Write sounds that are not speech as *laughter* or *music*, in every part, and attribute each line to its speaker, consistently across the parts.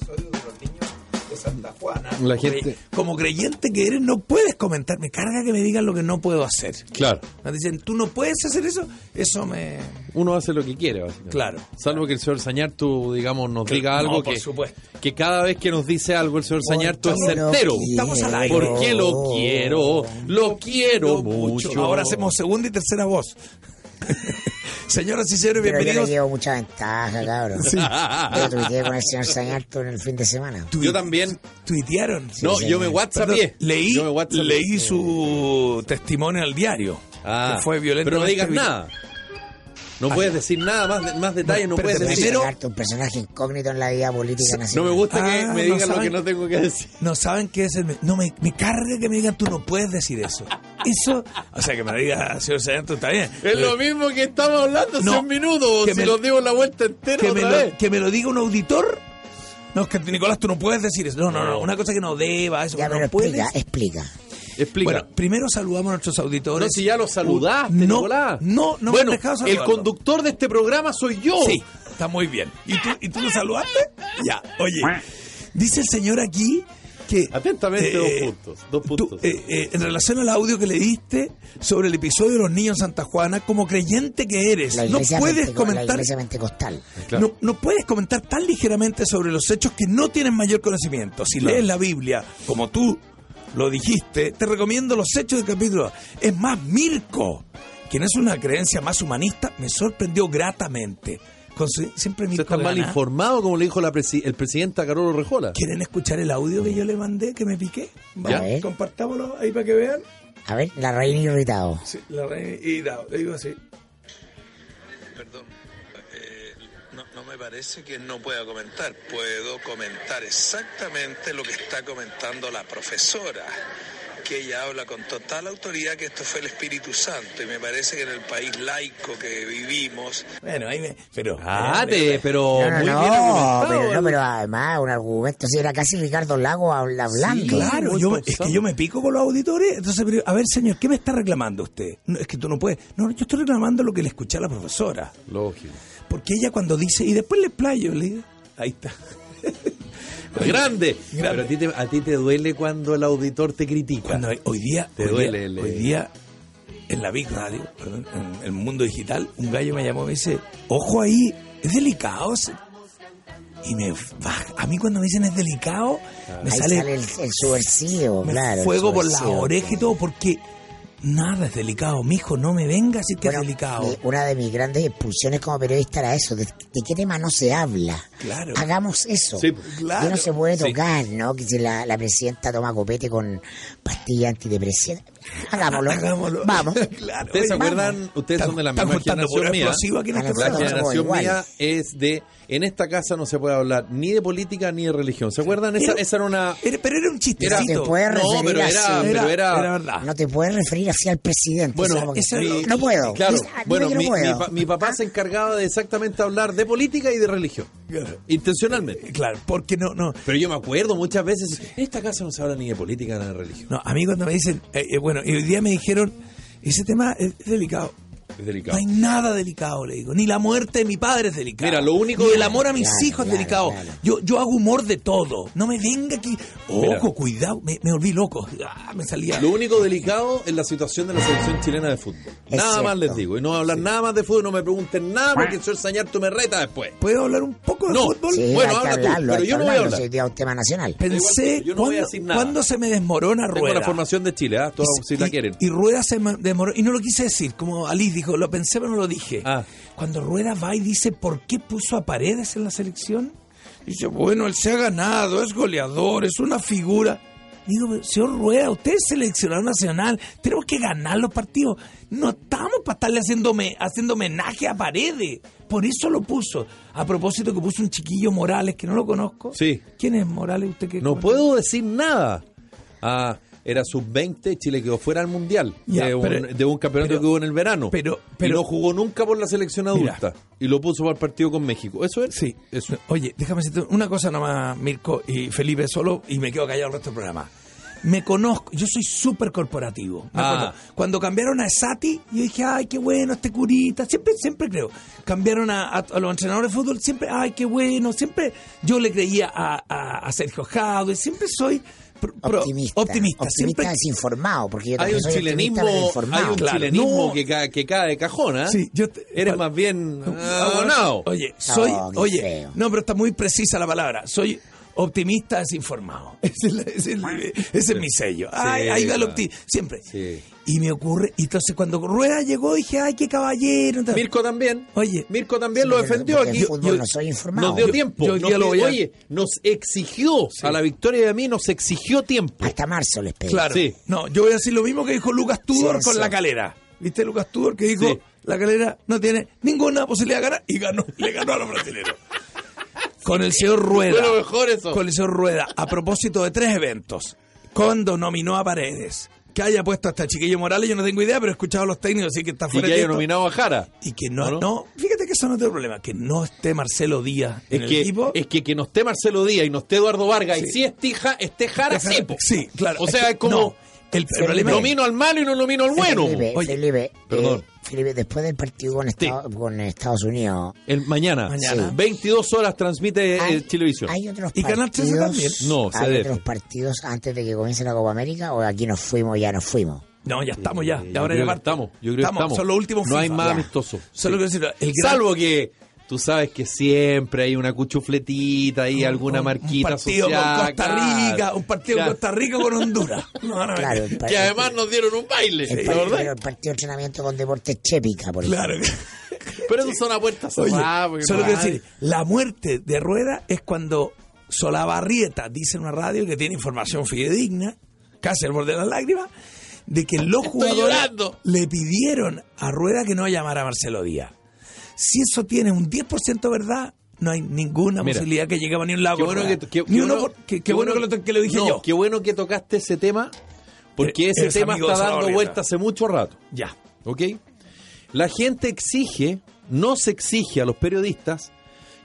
Speaker 1: episodio de los niños de Santa Juana.
Speaker 2: La
Speaker 1: Como cre-
Speaker 2: gente-
Speaker 1: Como creyente que eres, no puedes comentar. Me carga que me digan lo que no puedo hacer.
Speaker 2: Claro.
Speaker 1: Nos dicen, tú no puedes hacer eso. Eso me.
Speaker 2: Uno hace lo que quiere, básicamente.
Speaker 1: Claro.
Speaker 2: Salvo que el señor Sañartu, digamos, nos
Speaker 1: Que-
Speaker 2: diga
Speaker 1: no,
Speaker 2: algo
Speaker 1: por
Speaker 2: que,
Speaker 1: supuesto.
Speaker 2: que cada vez que nos dice algo el señor Sañartu es
Speaker 1: qué no
Speaker 2: certero.
Speaker 1: Estamos al aire.
Speaker 2: ¿Por qué lo quiero? Lo quiero mucho.
Speaker 1: Ahora
Speaker 2: *laughs*
Speaker 1: hacemos segunda y tercera voz. *laughs* Señoras y señores,
Speaker 3: Pero yo le
Speaker 1: bienvenidos.
Speaker 3: llevo mucha ventaja, cabrón. Yo tuiteé con el señor Sañarto en el fin de semana.
Speaker 2: Yo también.
Speaker 1: Tuitearon.
Speaker 2: No,
Speaker 3: sí,
Speaker 2: yo me
Speaker 3: sí.
Speaker 1: Perdón,
Speaker 2: WhatsAppé.
Speaker 1: leí,
Speaker 2: Yo me WhatsAppé.
Speaker 1: leí su testimonio al diario.
Speaker 2: Ah,
Speaker 1: que fue violento. este
Speaker 2: Pero no digas nada. No puedes decir nada, más, más detalles no
Speaker 1: espérate,
Speaker 2: puedes
Speaker 3: Sañarto,
Speaker 2: decir.
Speaker 1: primero-
Speaker 3: un personaje incógnito en la vida política
Speaker 2: No
Speaker 3: nacional.
Speaker 2: me gusta que
Speaker 1: Ah,
Speaker 2: me
Speaker 1: no
Speaker 2: digan lo
Speaker 1: saben.
Speaker 2: que no tengo que decir.
Speaker 1: No saben qué es el. me- No, me, me carga que me digan tú no puedes decir eso. Eso. O sea, que me diga, señor Sargento, está bien. Eh,
Speaker 2: Es lo mismo que estamos hablando hace
Speaker 1: No,
Speaker 2: un minuto.
Speaker 1: que
Speaker 2: Si
Speaker 1: me-
Speaker 2: los digo la vuelta entera
Speaker 1: que, me
Speaker 2: otra vez.
Speaker 1: lo, que me lo diga un auditor. No, es que Nicolás, tú no puedes decir eso. No, no, no. Una cosa que no deba, eso.
Speaker 3: Ya,
Speaker 1: no
Speaker 3: pero
Speaker 1: puedes.
Speaker 3: explica, explica.
Speaker 2: Explica.
Speaker 1: Bueno, primero saludamos a nuestros auditores.
Speaker 2: no, si ya los saludaste,
Speaker 1: no,
Speaker 2: Nicolás.
Speaker 1: No, no
Speaker 2: bueno,
Speaker 1: me has dejado
Speaker 2: el
Speaker 1: saludarlo.
Speaker 2: conductor de este programa soy yo.
Speaker 1: Sí, está muy bien. ¿Y tú, ¿Y tú lo saludaste? Ya, oye. Dice el señor aquí que... eh,
Speaker 2: Atentamente, dos puntos. Dos
Speaker 1: tú,
Speaker 2: puntos.
Speaker 1: eh, eh, en relación al audio que le diste sobre el episodio de los niños en Santa Juana, como creyente que eres,
Speaker 3: La
Speaker 1: no
Speaker 3: iglesia
Speaker 1: puedes
Speaker 3: penteco- La
Speaker 1: comentar...
Speaker 3: iglesia pentecostal.
Speaker 2: Claro.
Speaker 1: No, no puedes comentar tan ligeramente sobre los hechos que no tienen mayor conocimiento. Si
Speaker 2: Claro.
Speaker 1: lees la Biblia como tú lo dijiste, te recomiendo los hechos del capítulo. Es más, Mirko, quien es una creencia más humanista, me sorprendió gratamente. Con su- siempre
Speaker 2: Se
Speaker 1: Mirko
Speaker 2: está mal
Speaker 1: Gana.
Speaker 2: informado, como le dijo la presi- el presidente a Carolo Rejola.
Speaker 1: ¿Quieren escuchar el audio que yo le mandé, que me piqué?
Speaker 3: A
Speaker 1: Vamos,
Speaker 3: ver.
Speaker 1: compartámoslo ahí para que vean.
Speaker 3: A ver, la reina irritado.
Speaker 1: Sí, la reina- y da- le digo así.
Speaker 4: Perdón, eh, no, no me parece que no pueda comentar. Puedo comentar exactamente lo que está comentando la profesora, que ella habla con total autoridad que esto fue el Espíritu Santo y me parece que en el país laico que vivimos
Speaker 1: Bueno, ahí me... Pero, eh,
Speaker 2: Ah,
Speaker 1: pero-
Speaker 2: te, pero
Speaker 3: No, no,
Speaker 2: muy
Speaker 3: no,
Speaker 2: bien argumentado.
Speaker 3: pero no, pero además un argumento, sí, era casi Ricardo Lago habl- hablando.
Speaker 1: Ah, Claro,
Speaker 2: muy
Speaker 1: yo,
Speaker 2: pensado.
Speaker 1: es que yo me pico con los auditores. Entonces, pero, a ver, señor, ¿qué me está reclamando usted? No, es que tú no puedes. No, yo estoy reclamando lo que le escuché a la profesora.
Speaker 2: Lógico.
Speaker 1: Porque ella cuando dice, y después le playo, le digo, ahí
Speaker 2: *laughs*
Speaker 1: está.
Speaker 2: Grande.
Speaker 1: Grande.
Speaker 2: Pero a ti, te, a ti te duele cuando el auditor te critica.
Speaker 1: Cuando hay- hoy día,
Speaker 2: Te
Speaker 1: hoy día-
Speaker 2: duele el-
Speaker 1: hoy día, en la Big Radio, perdón, en el mundo digital, un gallo me llamó y me dice, ojo ahí, es delicado. se-". Y me baja. A mí cuando me dicen es delicado, me
Speaker 3: Ah, Ahí
Speaker 1: sale,
Speaker 3: sale, el, el subversivo,
Speaker 1: me
Speaker 3: claro. el
Speaker 1: fuego por la
Speaker 3: subversivo.
Speaker 1: oreja y todo, porque nada es delicado, mijo, no me vengas a decir que
Speaker 3: Bueno,
Speaker 1: es delicado.
Speaker 3: mi- una de mis grandes expulsiones como periodista era eso, de, de qué tema no se habla.
Speaker 1: Claro.
Speaker 3: Hagamos eso.
Speaker 2: Sí,
Speaker 1: claro.
Speaker 3: Que no se puede tocar, ¿no? Que si la, la presidenta toma copete con pastilla antidepresiva. Hagámoslo.
Speaker 1: Hagámoslo.
Speaker 2: *laughs*
Speaker 3: Vamos.
Speaker 1: *laughs* Claro.
Speaker 2: ¿Ustedes se
Speaker 1: Oye,
Speaker 2: acuerdan? Ustedes
Speaker 1: Están-
Speaker 2: son de la
Speaker 1: están
Speaker 2: misma
Speaker 1: juntando puro
Speaker 2: generación mía.
Speaker 1: explosivo aquí en este
Speaker 2: La
Speaker 3: Claro, somos
Speaker 2: generación
Speaker 3: iguales.
Speaker 2: mía es de... En esta casa no se puede hablar ni de política ni de religión. ¿Se acuerdan? Esa,
Speaker 1: Pero-
Speaker 2: esa era una...
Speaker 1: Era- pero era un
Speaker 3: Era-
Speaker 1: chistecito.
Speaker 3: Se puede
Speaker 2: no,
Speaker 3: referir
Speaker 2: pero era,
Speaker 3: así.
Speaker 2: pero era...
Speaker 1: era verdad.
Speaker 3: No te puedes referir así al presidente.
Speaker 2: Bueno,
Speaker 3: o sea, como que-
Speaker 1: ese era lo-
Speaker 3: no puedo.
Speaker 2: Claro,
Speaker 3: Dice, ah, dime
Speaker 2: bueno,
Speaker 3: que no
Speaker 2: mi,
Speaker 3: puedo. ¿Ah?
Speaker 2: mi pa- mi papá se encargaba de exactamente hablar de política y de religión.
Speaker 1: Claro.
Speaker 2: Intencionalmente.
Speaker 1: Eh, Claro, porque no, no.
Speaker 2: Pero yo me acuerdo muchas veces, en esta casa no se habla ni de política ni de religión.
Speaker 1: No, a mí cuando me dicen, eh, eh, bueno, y hoy día me dijeron, ese tema es delicado.
Speaker 2: Es
Speaker 1: No
Speaker 2: delicado.
Speaker 1: hay nada delicado, le digo. Ni la muerte de mi padre es delicado.
Speaker 2: Mira, lo único
Speaker 1: Ni
Speaker 2: que-
Speaker 1: el amor a mis
Speaker 3: Claro,
Speaker 1: hijos es
Speaker 3: claro,
Speaker 1: delicado.
Speaker 3: claro.
Speaker 1: Yo, yo hago humor de todo. No me venga aquí.
Speaker 2: Mira.
Speaker 1: Ojo, cuidado. Me, me volví loco. Ah, me salía.
Speaker 2: Lo único delicado es la situación de la selección chilena de fútbol.
Speaker 3: Es
Speaker 2: nada más
Speaker 3: cierto.
Speaker 2: les digo. Y no voy a hablar nada más de fútbol, no me pregunten nada porque el señor Sañarto me reta después.
Speaker 1: ¿Puedo hablar un poco de
Speaker 2: No.
Speaker 1: fútbol?
Speaker 3: Sí,
Speaker 2: Bueno,
Speaker 3: hay que
Speaker 2: habla tú,
Speaker 3: hablarlo,
Speaker 2: pero
Speaker 3: hay que
Speaker 2: yo no voy a
Speaker 3: hablarlo,
Speaker 2: hablar.
Speaker 3: si hoy día es un tema nacional.
Speaker 1: Pensé,
Speaker 2: Yo no voy a
Speaker 1: ¿cuándo,
Speaker 2: decir nada.
Speaker 1: cuándo se me desmorona
Speaker 2: Tengo
Speaker 1: Rueda?
Speaker 2: la formación de Chile, ¿ah? Todas, si la
Speaker 1: y,
Speaker 2: quieren.
Speaker 1: y Rueda se me demoró. Y no lo quise decir, como Alice dijo, lo pensé pero no lo dije.
Speaker 2: Ah.
Speaker 1: Cuando Rueda va y dice por qué puso a Paredes en la selección, dice, bueno, él se ha ganado, es goleador, es una figura. Digo, pero, señor Rueda, usted es seleccionador nacional, tenemos que ganar los partidos. No estamos para estarle haciendo, home- haciendo homenaje a Paredes. Por eso lo puso. A propósito que puso un chiquillo Morales, que no lo conozco.
Speaker 2: Sí.
Speaker 1: ¿Quién es Morales? ¿Usted qué
Speaker 2: No puedo decir nada. Ah, era sub-20, Chile quedó fuera al Mundial
Speaker 1: Ya,
Speaker 2: de, un,
Speaker 1: pero-
Speaker 2: de un campeonato
Speaker 1: pero-
Speaker 2: que hubo en el verano.
Speaker 1: pero-
Speaker 2: Y
Speaker 1: pero-
Speaker 2: no jugó nunca por la selección
Speaker 1: Mira.
Speaker 2: adulta. Y lo puso para el partido con México. ¿Eso es?
Speaker 1: Sí, eso. Oye, déjame decirte una cosa nomás, Mirko y Felipe, solo, y me quedo callado el resto del programa. Me conozco, yo soy súper corporativo. me
Speaker 2: Ah.
Speaker 1: conozco. Cuando cambiaron a Sati, yo dije, ay, qué bueno, este curita. Siempre, siempre creo. Cambiaron a, a- a los entrenadores de fútbol, siempre, ay, qué bueno. Siempre yo le creía a, a- a Sergio Jadwe, siempre soy pro- pro-
Speaker 3: Optimista.
Speaker 1: optimista. Siempre,
Speaker 3: desinformado, porque yo
Speaker 2: Hay
Speaker 3: también
Speaker 2: un
Speaker 3: soy optimista,
Speaker 2: chilenismo,
Speaker 3: pero
Speaker 2: hay
Speaker 3: informado.
Speaker 2: un
Speaker 1: Claro.
Speaker 2: chilenismo
Speaker 1: No.
Speaker 2: que, ca- que cae de cajón, ¿ah?
Speaker 1: Sí, yo te-
Speaker 2: Eres
Speaker 1: Bueno.
Speaker 2: más bien... ah,
Speaker 1: *laughs* Ah,
Speaker 2: abonado.
Speaker 1: Oye, soy.
Speaker 3: qué
Speaker 1: oye,
Speaker 3: feo.
Speaker 1: no, pero está muy precisa la palabra. Soy optimista desinformado. *laughs* Ese es, la- ese es la- ese es mi sello. Ay, ahí va el
Speaker 2: claro.
Speaker 1: opti- Siempre.
Speaker 2: Sí.
Speaker 1: Y me ocurre. Y entonces cuando Rueda llegó, dije, ay, qué caballero. Entonces,
Speaker 2: Mirko también.
Speaker 1: Oye.
Speaker 2: Mirko también
Speaker 3: Sí,
Speaker 2: lo
Speaker 3: porque-
Speaker 2: defendió
Speaker 3: porque
Speaker 2: aquí.
Speaker 3: en fútbol no soy informado.
Speaker 2: Nos dio
Speaker 3: Yo-
Speaker 2: tiempo.
Speaker 1: yo hoy
Speaker 2: Nos
Speaker 1: día lo voy
Speaker 2: dio-
Speaker 1: a-
Speaker 2: Oye, nos exigió a la victoria de a mí, nos exigió tiempo.
Speaker 3: Hasta marzo les pedí.
Speaker 1: claro.
Speaker 2: Sí.
Speaker 1: No, yo voy a decir lo mismo que dijo Lucas Tudor
Speaker 3: Sí,
Speaker 1: con
Speaker 3: sí.
Speaker 1: la calera. ¿Viste Lucas Tudor que dijo,
Speaker 2: Sí.
Speaker 1: la calera no tiene ninguna posibilidad de ganar? Y ganó, *laughs* le ganó a los brasileños. Con el señor Rueda.
Speaker 2: Fue lo mejor eso.
Speaker 1: Con el señor Rueda. A propósito de tres eventos. Cuando nominó a Paredes. Que haya puesto hasta Chiquillo Morales, yo no tengo idea, pero he escuchado a los técnicos decir que está
Speaker 2: Y
Speaker 1: fuera
Speaker 2: que
Speaker 1: de
Speaker 2: haya
Speaker 1: esto.
Speaker 2: nominado a Jara.
Speaker 1: Y que no,
Speaker 2: ¿O
Speaker 1: no,
Speaker 2: no?
Speaker 1: fíjate que eso no es el problema. Que no esté Marcelo Díaz en
Speaker 2: Es
Speaker 1: el
Speaker 2: que,
Speaker 1: equipo.
Speaker 2: es que que no esté Marcelo Díaz y no esté Eduardo Vargas y
Speaker 1: Sí.
Speaker 2: si esté, Ja- esté Jara, sí, po.
Speaker 1: Sí, claro.
Speaker 2: O sea, es como
Speaker 1: No, el, el problema es-
Speaker 2: nomino al malo y no nomino al bueno.
Speaker 3: Felipe,
Speaker 1: oye,
Speaker 3: Felipe,
Speaker 2: perdón.
Speaker 3: eh, Felipe, después del partido con, Estados- con Estados Unidos,
Speaker 2: El mañana,
Speaker 1: Mañana.
Speaker 2: Sí. 22 horas transmite eh,
Speaker 3: Hay-
Speaker 2: televisión.
Speaker 3: Hay otros
Speaker 1: Y Canal 13
Speaker 3: partidos.
Speaker 1: también.
Speaker 2: No,
Speaker 3: hay
Speaker 2: CDF.
Speaker 3: otros partidos antes de que comience la Copa América o aquí nos fuimos, ya nos fuimos.
Speaker 1: No, ya estamos ya.
Speaker 2: Eh,
Speaker 1: ya ahora ya
Speaker 2: yo creo que
Speaker 1: parte.
Speaker 2: estamos, yo creo que estamos.
Speaker 1: Son los últimos
Speaker 2: No hay
Speaker 1: FIFA.
Speaker 2: más
Speaker 3: Ya.
Speaker 2: amistoso.
Speaker 1: Solo
Speaker 2: Sí.
Speaker 1: quiero decir, el gran-
Speaker 2: Salvo que tú sabes que siempre hay una cuchufletita y alguna
Speaker 1: un-
Speaker 2: marquita
Speaker 1: Un partido
Speaker 2: asociada,
Speaker 1: con Costa
Speaker 2: claro.
Speaker 1: Rica, un partido
Speaker 2: Claro.
Speaker 1: con Costa Rica con Honduras. *laughs* No, no, no.
Speaker 3: Claro, el, par-
Speaker 2: Que además nos dieron un baile,
Speaker 3: el,
Speaker 2: la
Speaker 3: partido-
Speaker 2: verdad.
Speaker 3: el partido de entrenamiento con Deportes Chépica, por ejemplo.
Speaker 1: Claro.
Speaker 2: Pero eso son a puerta
Speaker 1: Oye,
Speaker 2: cerrada. porque
Speaker 1: solo
Speaker 2: no
Speaker 1: quiero
Speaker 2: hay-
Speaker 1: decir, la muerte de Rueda es cuando Solabarrieta dice en una radio que tiene información fidedigna, casi al borde de las lágrimas, de que los jugadores
Speaker 2: llorando.
Speaker 1: le pidieron a Rueda que no llamara a Marcelo Díaz. Si eso tiene un 10% de verdad, no hay ninguna
Speaker 2: Mira,
Speaker 1: posibilidad que lleguemos a ni un lado.
Speaker 2: Qué
Speaker 1: con
Speaker 2: bueno que,
Speaker 1: Rueda.
Speaker 2: que-
Speaker 1: Ni
Speaker 2: que
Speaker 1: uno
Speaker 2: bueno-
Speaker 1: por- que- qué bueno que lo, que lo dije
Speaker 2: no,
Speaker 1: yo.
Speaker 2: Qué bueno que tocaste ese tema, porque
Speaker 1: Eh,
Speaker 2: ese
Speaker 1: eres
Speaker 2: tema
Speaker 1: amigo
Speaker 2: está
Speaker 1: de
Speaker 2: dando
Speaker 1: Salabarrieta.
Speaker 2: vuelta hace mucho rato.
Speaker 1: Ya.
Speaker 2: ¿Ok? La gente exige, no se exige a los periodistas,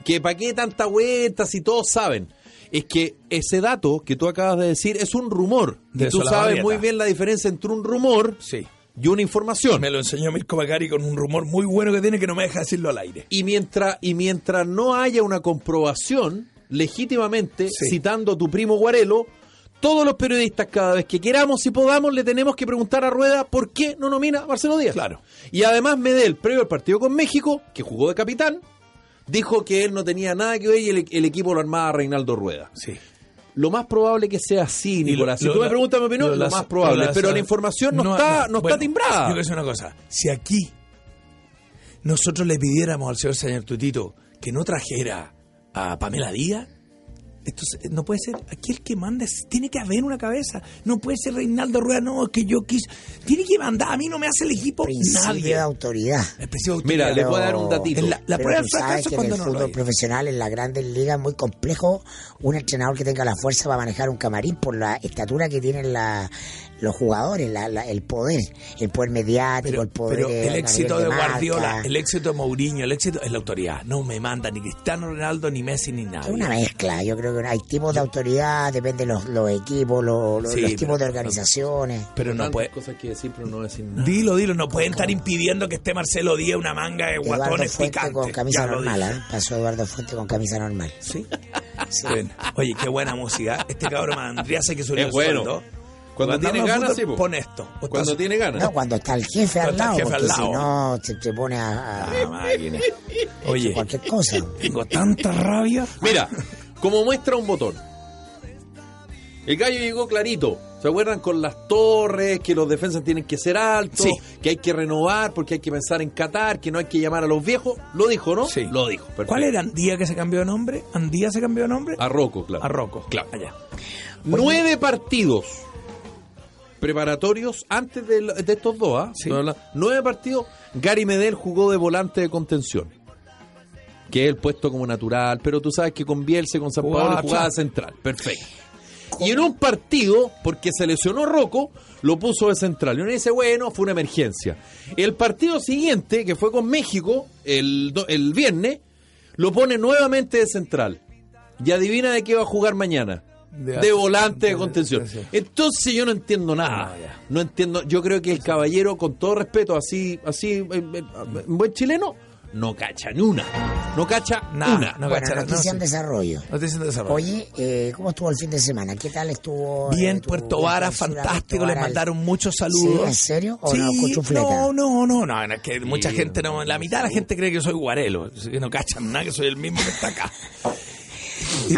Speaker 2: que para qué tanta vuelta si todos saben. Es que ese dato que tú acabas de decir es un rumor.
Speaker 1: De
Speaker 2: y tú sabes
Speaker 1: Salabarrieta.
Speaker 2: muy bien la diferencia entre un rumor
Speaker 1: Sí.
Speaker 2: y una información.
Speaker 1: Me lo enseñó Mirko Bacari con un rumor muy bueno que tiene que no me deja decirlo al aire.
Speaker 2: Y mientras, y mientras no haya una comprobación, legítimamente,
Speaker 1: Sí.
Speaker 2: citando a tu primo Guarelo, todos los periodistas, cada vez que queramos y podamos, le tenemos que preguntar a Rueda por qué no nomina a Marcelo Díaz.
Speaker 1: Claro.
Speaker 2: Y además Medel, previo al partido con México, que jugó de capitán, dijo que él no tenía nada que ver y el, el equipo lo armaba Reinaldo Rueda.
Speaker 1: Sí.
Speaker 2: Lo más probable que sea así, Nicolás.
Speaker 1: Y lo-
Speaker 2: si tú
Speaker 1: lo-
Speaker 2: me preguntas mi opinión, lo,
Speaker 1: las-
Speaker 2: más probable.
Speaker 1: las-
Speaker 2: pero la información no, está, no
Speaker 1: Bueno,
Speaker 2: está timbrada.
Speaker 1: Yo quiero decir una cosa. Si aquí nosotros le pidiéramos al señor señor Tutito que no trajera a Pamela Díaz, esto se- no puede ser. Aquí el que manda es- tiene que haber una cabeza. No puede ser Reinaldo Rueda, no, es que yo quise. Tiene que mandar. A mí no me hace el equipo
Speaker 3: Principio
Speaker 1: nadie.
Speaker 3: de autoridad.
Speaker 1: El principio de
Speaker 2: Mira,
Speaker 1: autoridad.
Speaker 2: le voy a dar un datito.
Speaker 1: En la- la
Speaker 3: pero
Speaker 1: prueba
Speaker 3: tú
Speaker 1: del fracaso
Speaker 3: sabes
Speaker 1: es
Speaker 3: que en
Speaker 1: cuando
Speaker 3: el
Speaker 1: no lo
Speaker 3: fútbol
Speaker 1: hay.
Speaker 3: profesional, en las grandes ligas, es muy complejo un entrenador que tenga la fuerza para manejar un camarín por la estatura que tienen la- los jugadores, la- la- el poder, el poder mediático,
Speaker 1: Pero,
Speaker 3: el poder
Speaker 1: pero
Speaker 3: eh,
Speaker 1: el
Speaker 3: a
Speaker 1: éxito de,
Speaker 3: nivel marca.
Speaker 1: Guardiola, el éxito de Mourinho, el éxito es la autoridad. No me manda ni Cristiano Ronaldo, ni Messi, ni
Speaker 3: Es
Speaker 1: nadie.
Speaker 3: una mezcla, yo creo que hay tipos de autoridad, depende de los, los equipos, los, los-
Speaker 1: Sí,
Speaker 3: los tipos
Speaker 1: pero-
Speaker 3: de organizaciones.
Speaker 1: Pero no
Speaker 2: Tantas
Speaker 1: puede.
Speaker 2: cosas que decir, pero no voy a decir nada.
Speaker 1: Dilo, dilo, no pueden estar impidiendo que esté Marcelo Díaz una manga de
Speaker 3: Eduardo
Speaker 1: guatones
Speaker 3: Fuente
Speaker 1: picantes.
Speaker 3: con camisa
Speaker 1: Ya lo
Speaker 3: normal,
Speaker 1: dije.
Speaker 3: ¿eh? Pasó Eduardo Fuente con camisa normal. *laughs*
Speaker 1: Sí.
Speaker 3: Sí.
Speaker 1: Bueno, Oye, qué buena música. Este cabrón Andrea sé que subió
Speaker 2: Es
Speaker 1: el
Speaker 2: bueno.
Speaker 1: sueldo.
Speaker 2: Cuando
Speaker 1: Andamos
Speaker 2: tiene
Speaker 1: al
Speaker 2: ganas,
Speaker 1: fútbol,
Speaker 2: sí, po.
Speaker 1: pon esto. O
Speaker 2: Cuando
Speaker 1: estás-
Speaker 2: tiene ganas.
Speaker 3: No, cuando está el jefe
Speaker 1: Cuando está
Speaker 3: al
Speaker 1: el
Speaker 3: lado,
Speaker 1: jefe al
Speaker 3: porque si
Speaker 1: lado.
Speaker 3: no, se te pone a, a
Speaker 1: Ah, máquina. Oye,
Speaker 3: cualquier cosa.
Speaker 1: tengo tanta rabia.
Speaker 2: Mira, como muestra un botón. El gallo llegó clarito. ¿Se acuerdan con las torres, que los defensas tienen que ser altos,
Speaker 1: Sí.
Speaker 2: que hay que renovar porque hay que pensar en Qatar, que no hay que llamar a los viejos? Lo dijo, ¿no?
Speaker 1: Sí.
Speaker 2: Lo dijo. Perfecto.
Speaker 1: ¿Cuál era Andía que se cambió de nombre? ¿Andía se cambió de nombre?
Speaker 2: A Rocco, claro.
Speaker 1: Arroco.
Speaker 2: Claro.
Speaker 1: Allá.
Speaker 2: Nueve partidos preparatorios antes de, lo- de estos dos, ¿ah?
Speaker 1: Sí.
Speaker 2: Estoy hablando- Nueve partidos. Gary Medel jugó de volante de contención. Que es el puesto como natural, pero tú sabes que con Bielsa, con San
Speaker 1: Jugaba
Speaker 2: Pablo jugaba
Speaker 1: atrás.
Speaker 2: central. Perfecto. Y en un partido, porque se lesionó Rocco, lo puso de central. Y uno dice, bueno, fue una emergencia. El partido siguiente, que fue con México, el, do- el viernes, lo pone nuevamente de central. Y adivina de qué va a jugar mañana.
Speaker 1: De
Speaker 2: De,
Speaker 1: as-
Speaker 2: volante de
Speaker 1: de-
Speaker 2: contención.
Speaker 1: de-
Speaker 2: Entonces yo no entiendo nada.
Speaker 1: Ah, ya.
Speaker 2: No entiendo. Yo creo que el caballero, con todo respeto, así, así, eh, eh, un buen chileno, no cacha ni una. No cacha
Speaker 1: Nada,
Speaker 2: una.
Speaker 1: no
Speaker 3: bueno,
Speaker 1: cachara-
Speaker 3: noticia en
Speaker 1: no, sí.
Speaker 3: desarrollo.
Speaker 1: Noticia en desarrollo.
Speaker 3: Oye, eh, ¿cómo estuvo el fin de semana? ¿Qué tal estuvo?
Speaker 1: Bien,
Speaker 3: eh, tu
Speaker 1: Puerto Vara,
Speaker 3: clausura,
Speaker 1: fantástico,
Speaker 3: Puerto
Speaker 1: les
Speaker 3: Vara?
Speaker 1: mandaron muchos saludos.
Speaker 3: ¿Sí? ¿En serio? ¿O no?
Speaker 1: Sí,
Speaker 3: ¿Cuchufleta?
Speaker 1: no, no, no, no, no, es que mucha
Speaker 2: Sí,
Speaker 1: gente, no, la mitad de la gente cree que soy guarelo, así que no cachan nada, que soy el mismo que está acá.
Speaker 3: *laughs*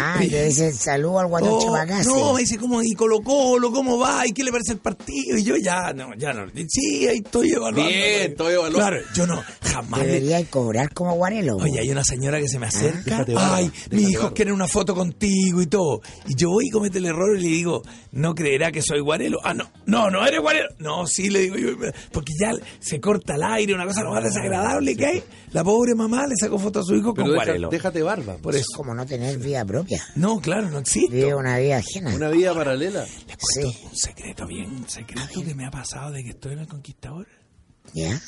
Speaker 3: Ah,
Speaker 1: *laughs*
Speaker 3: te dice saludo al guatón
Speaker 1: Oh,
Speaker 3: Chapacase.
Speaker 1: no, me dice, ¿cómo, y Colo Colo, ¿cómo va? ¿Y qué le parece el partido? Y yo ya, no, ya no. Sí, ahí estoy evaluando.
Speaker 2: Bien, estoy evaluando.
Speaker 1: Claro, yo no, jamás. le-
Speaker 3: Debería cobrar como guarelo.
Speaker 1: Oye, hay una señora que se me acerca.
Speaker 2: Déjate barba,
Speaker 1: Ay,
Speaker 2: Ah, déjate
Speaker 1: mis hijos
Speaker 2: barba.
Speaker 1: quieren una foto contigo y todo. Y yo voy y cometo el error y le digo, ¿no creerá que soy guarelo? Ah, no, no, no eres guarelo. No, sí, le digo yo. Porque ya se corta el aire, una cosa lo más desagradable que hay. La pobre mamá le sacó foto a su hijo
Speaker 2: Pero
Speaker 1: con
Speaker 2: deja-
Speaker 1: guarelo.
Speaker 2: déjate barba. pues.
Speaker 1: Por
Speaker 3: es
Speaker 1: eso.
Speaker 3: como no tener vida propia.
Speaker 1: No, claro, no existe.
Speaker 3: Vive una vida ajena.
Speaker 2: Una vida paralela.
Speaker 3: Sí,
Speaker 1: Un secreto bien secreto que me ha pasado de que estoy en el conquistador.
Speaker 3: ya,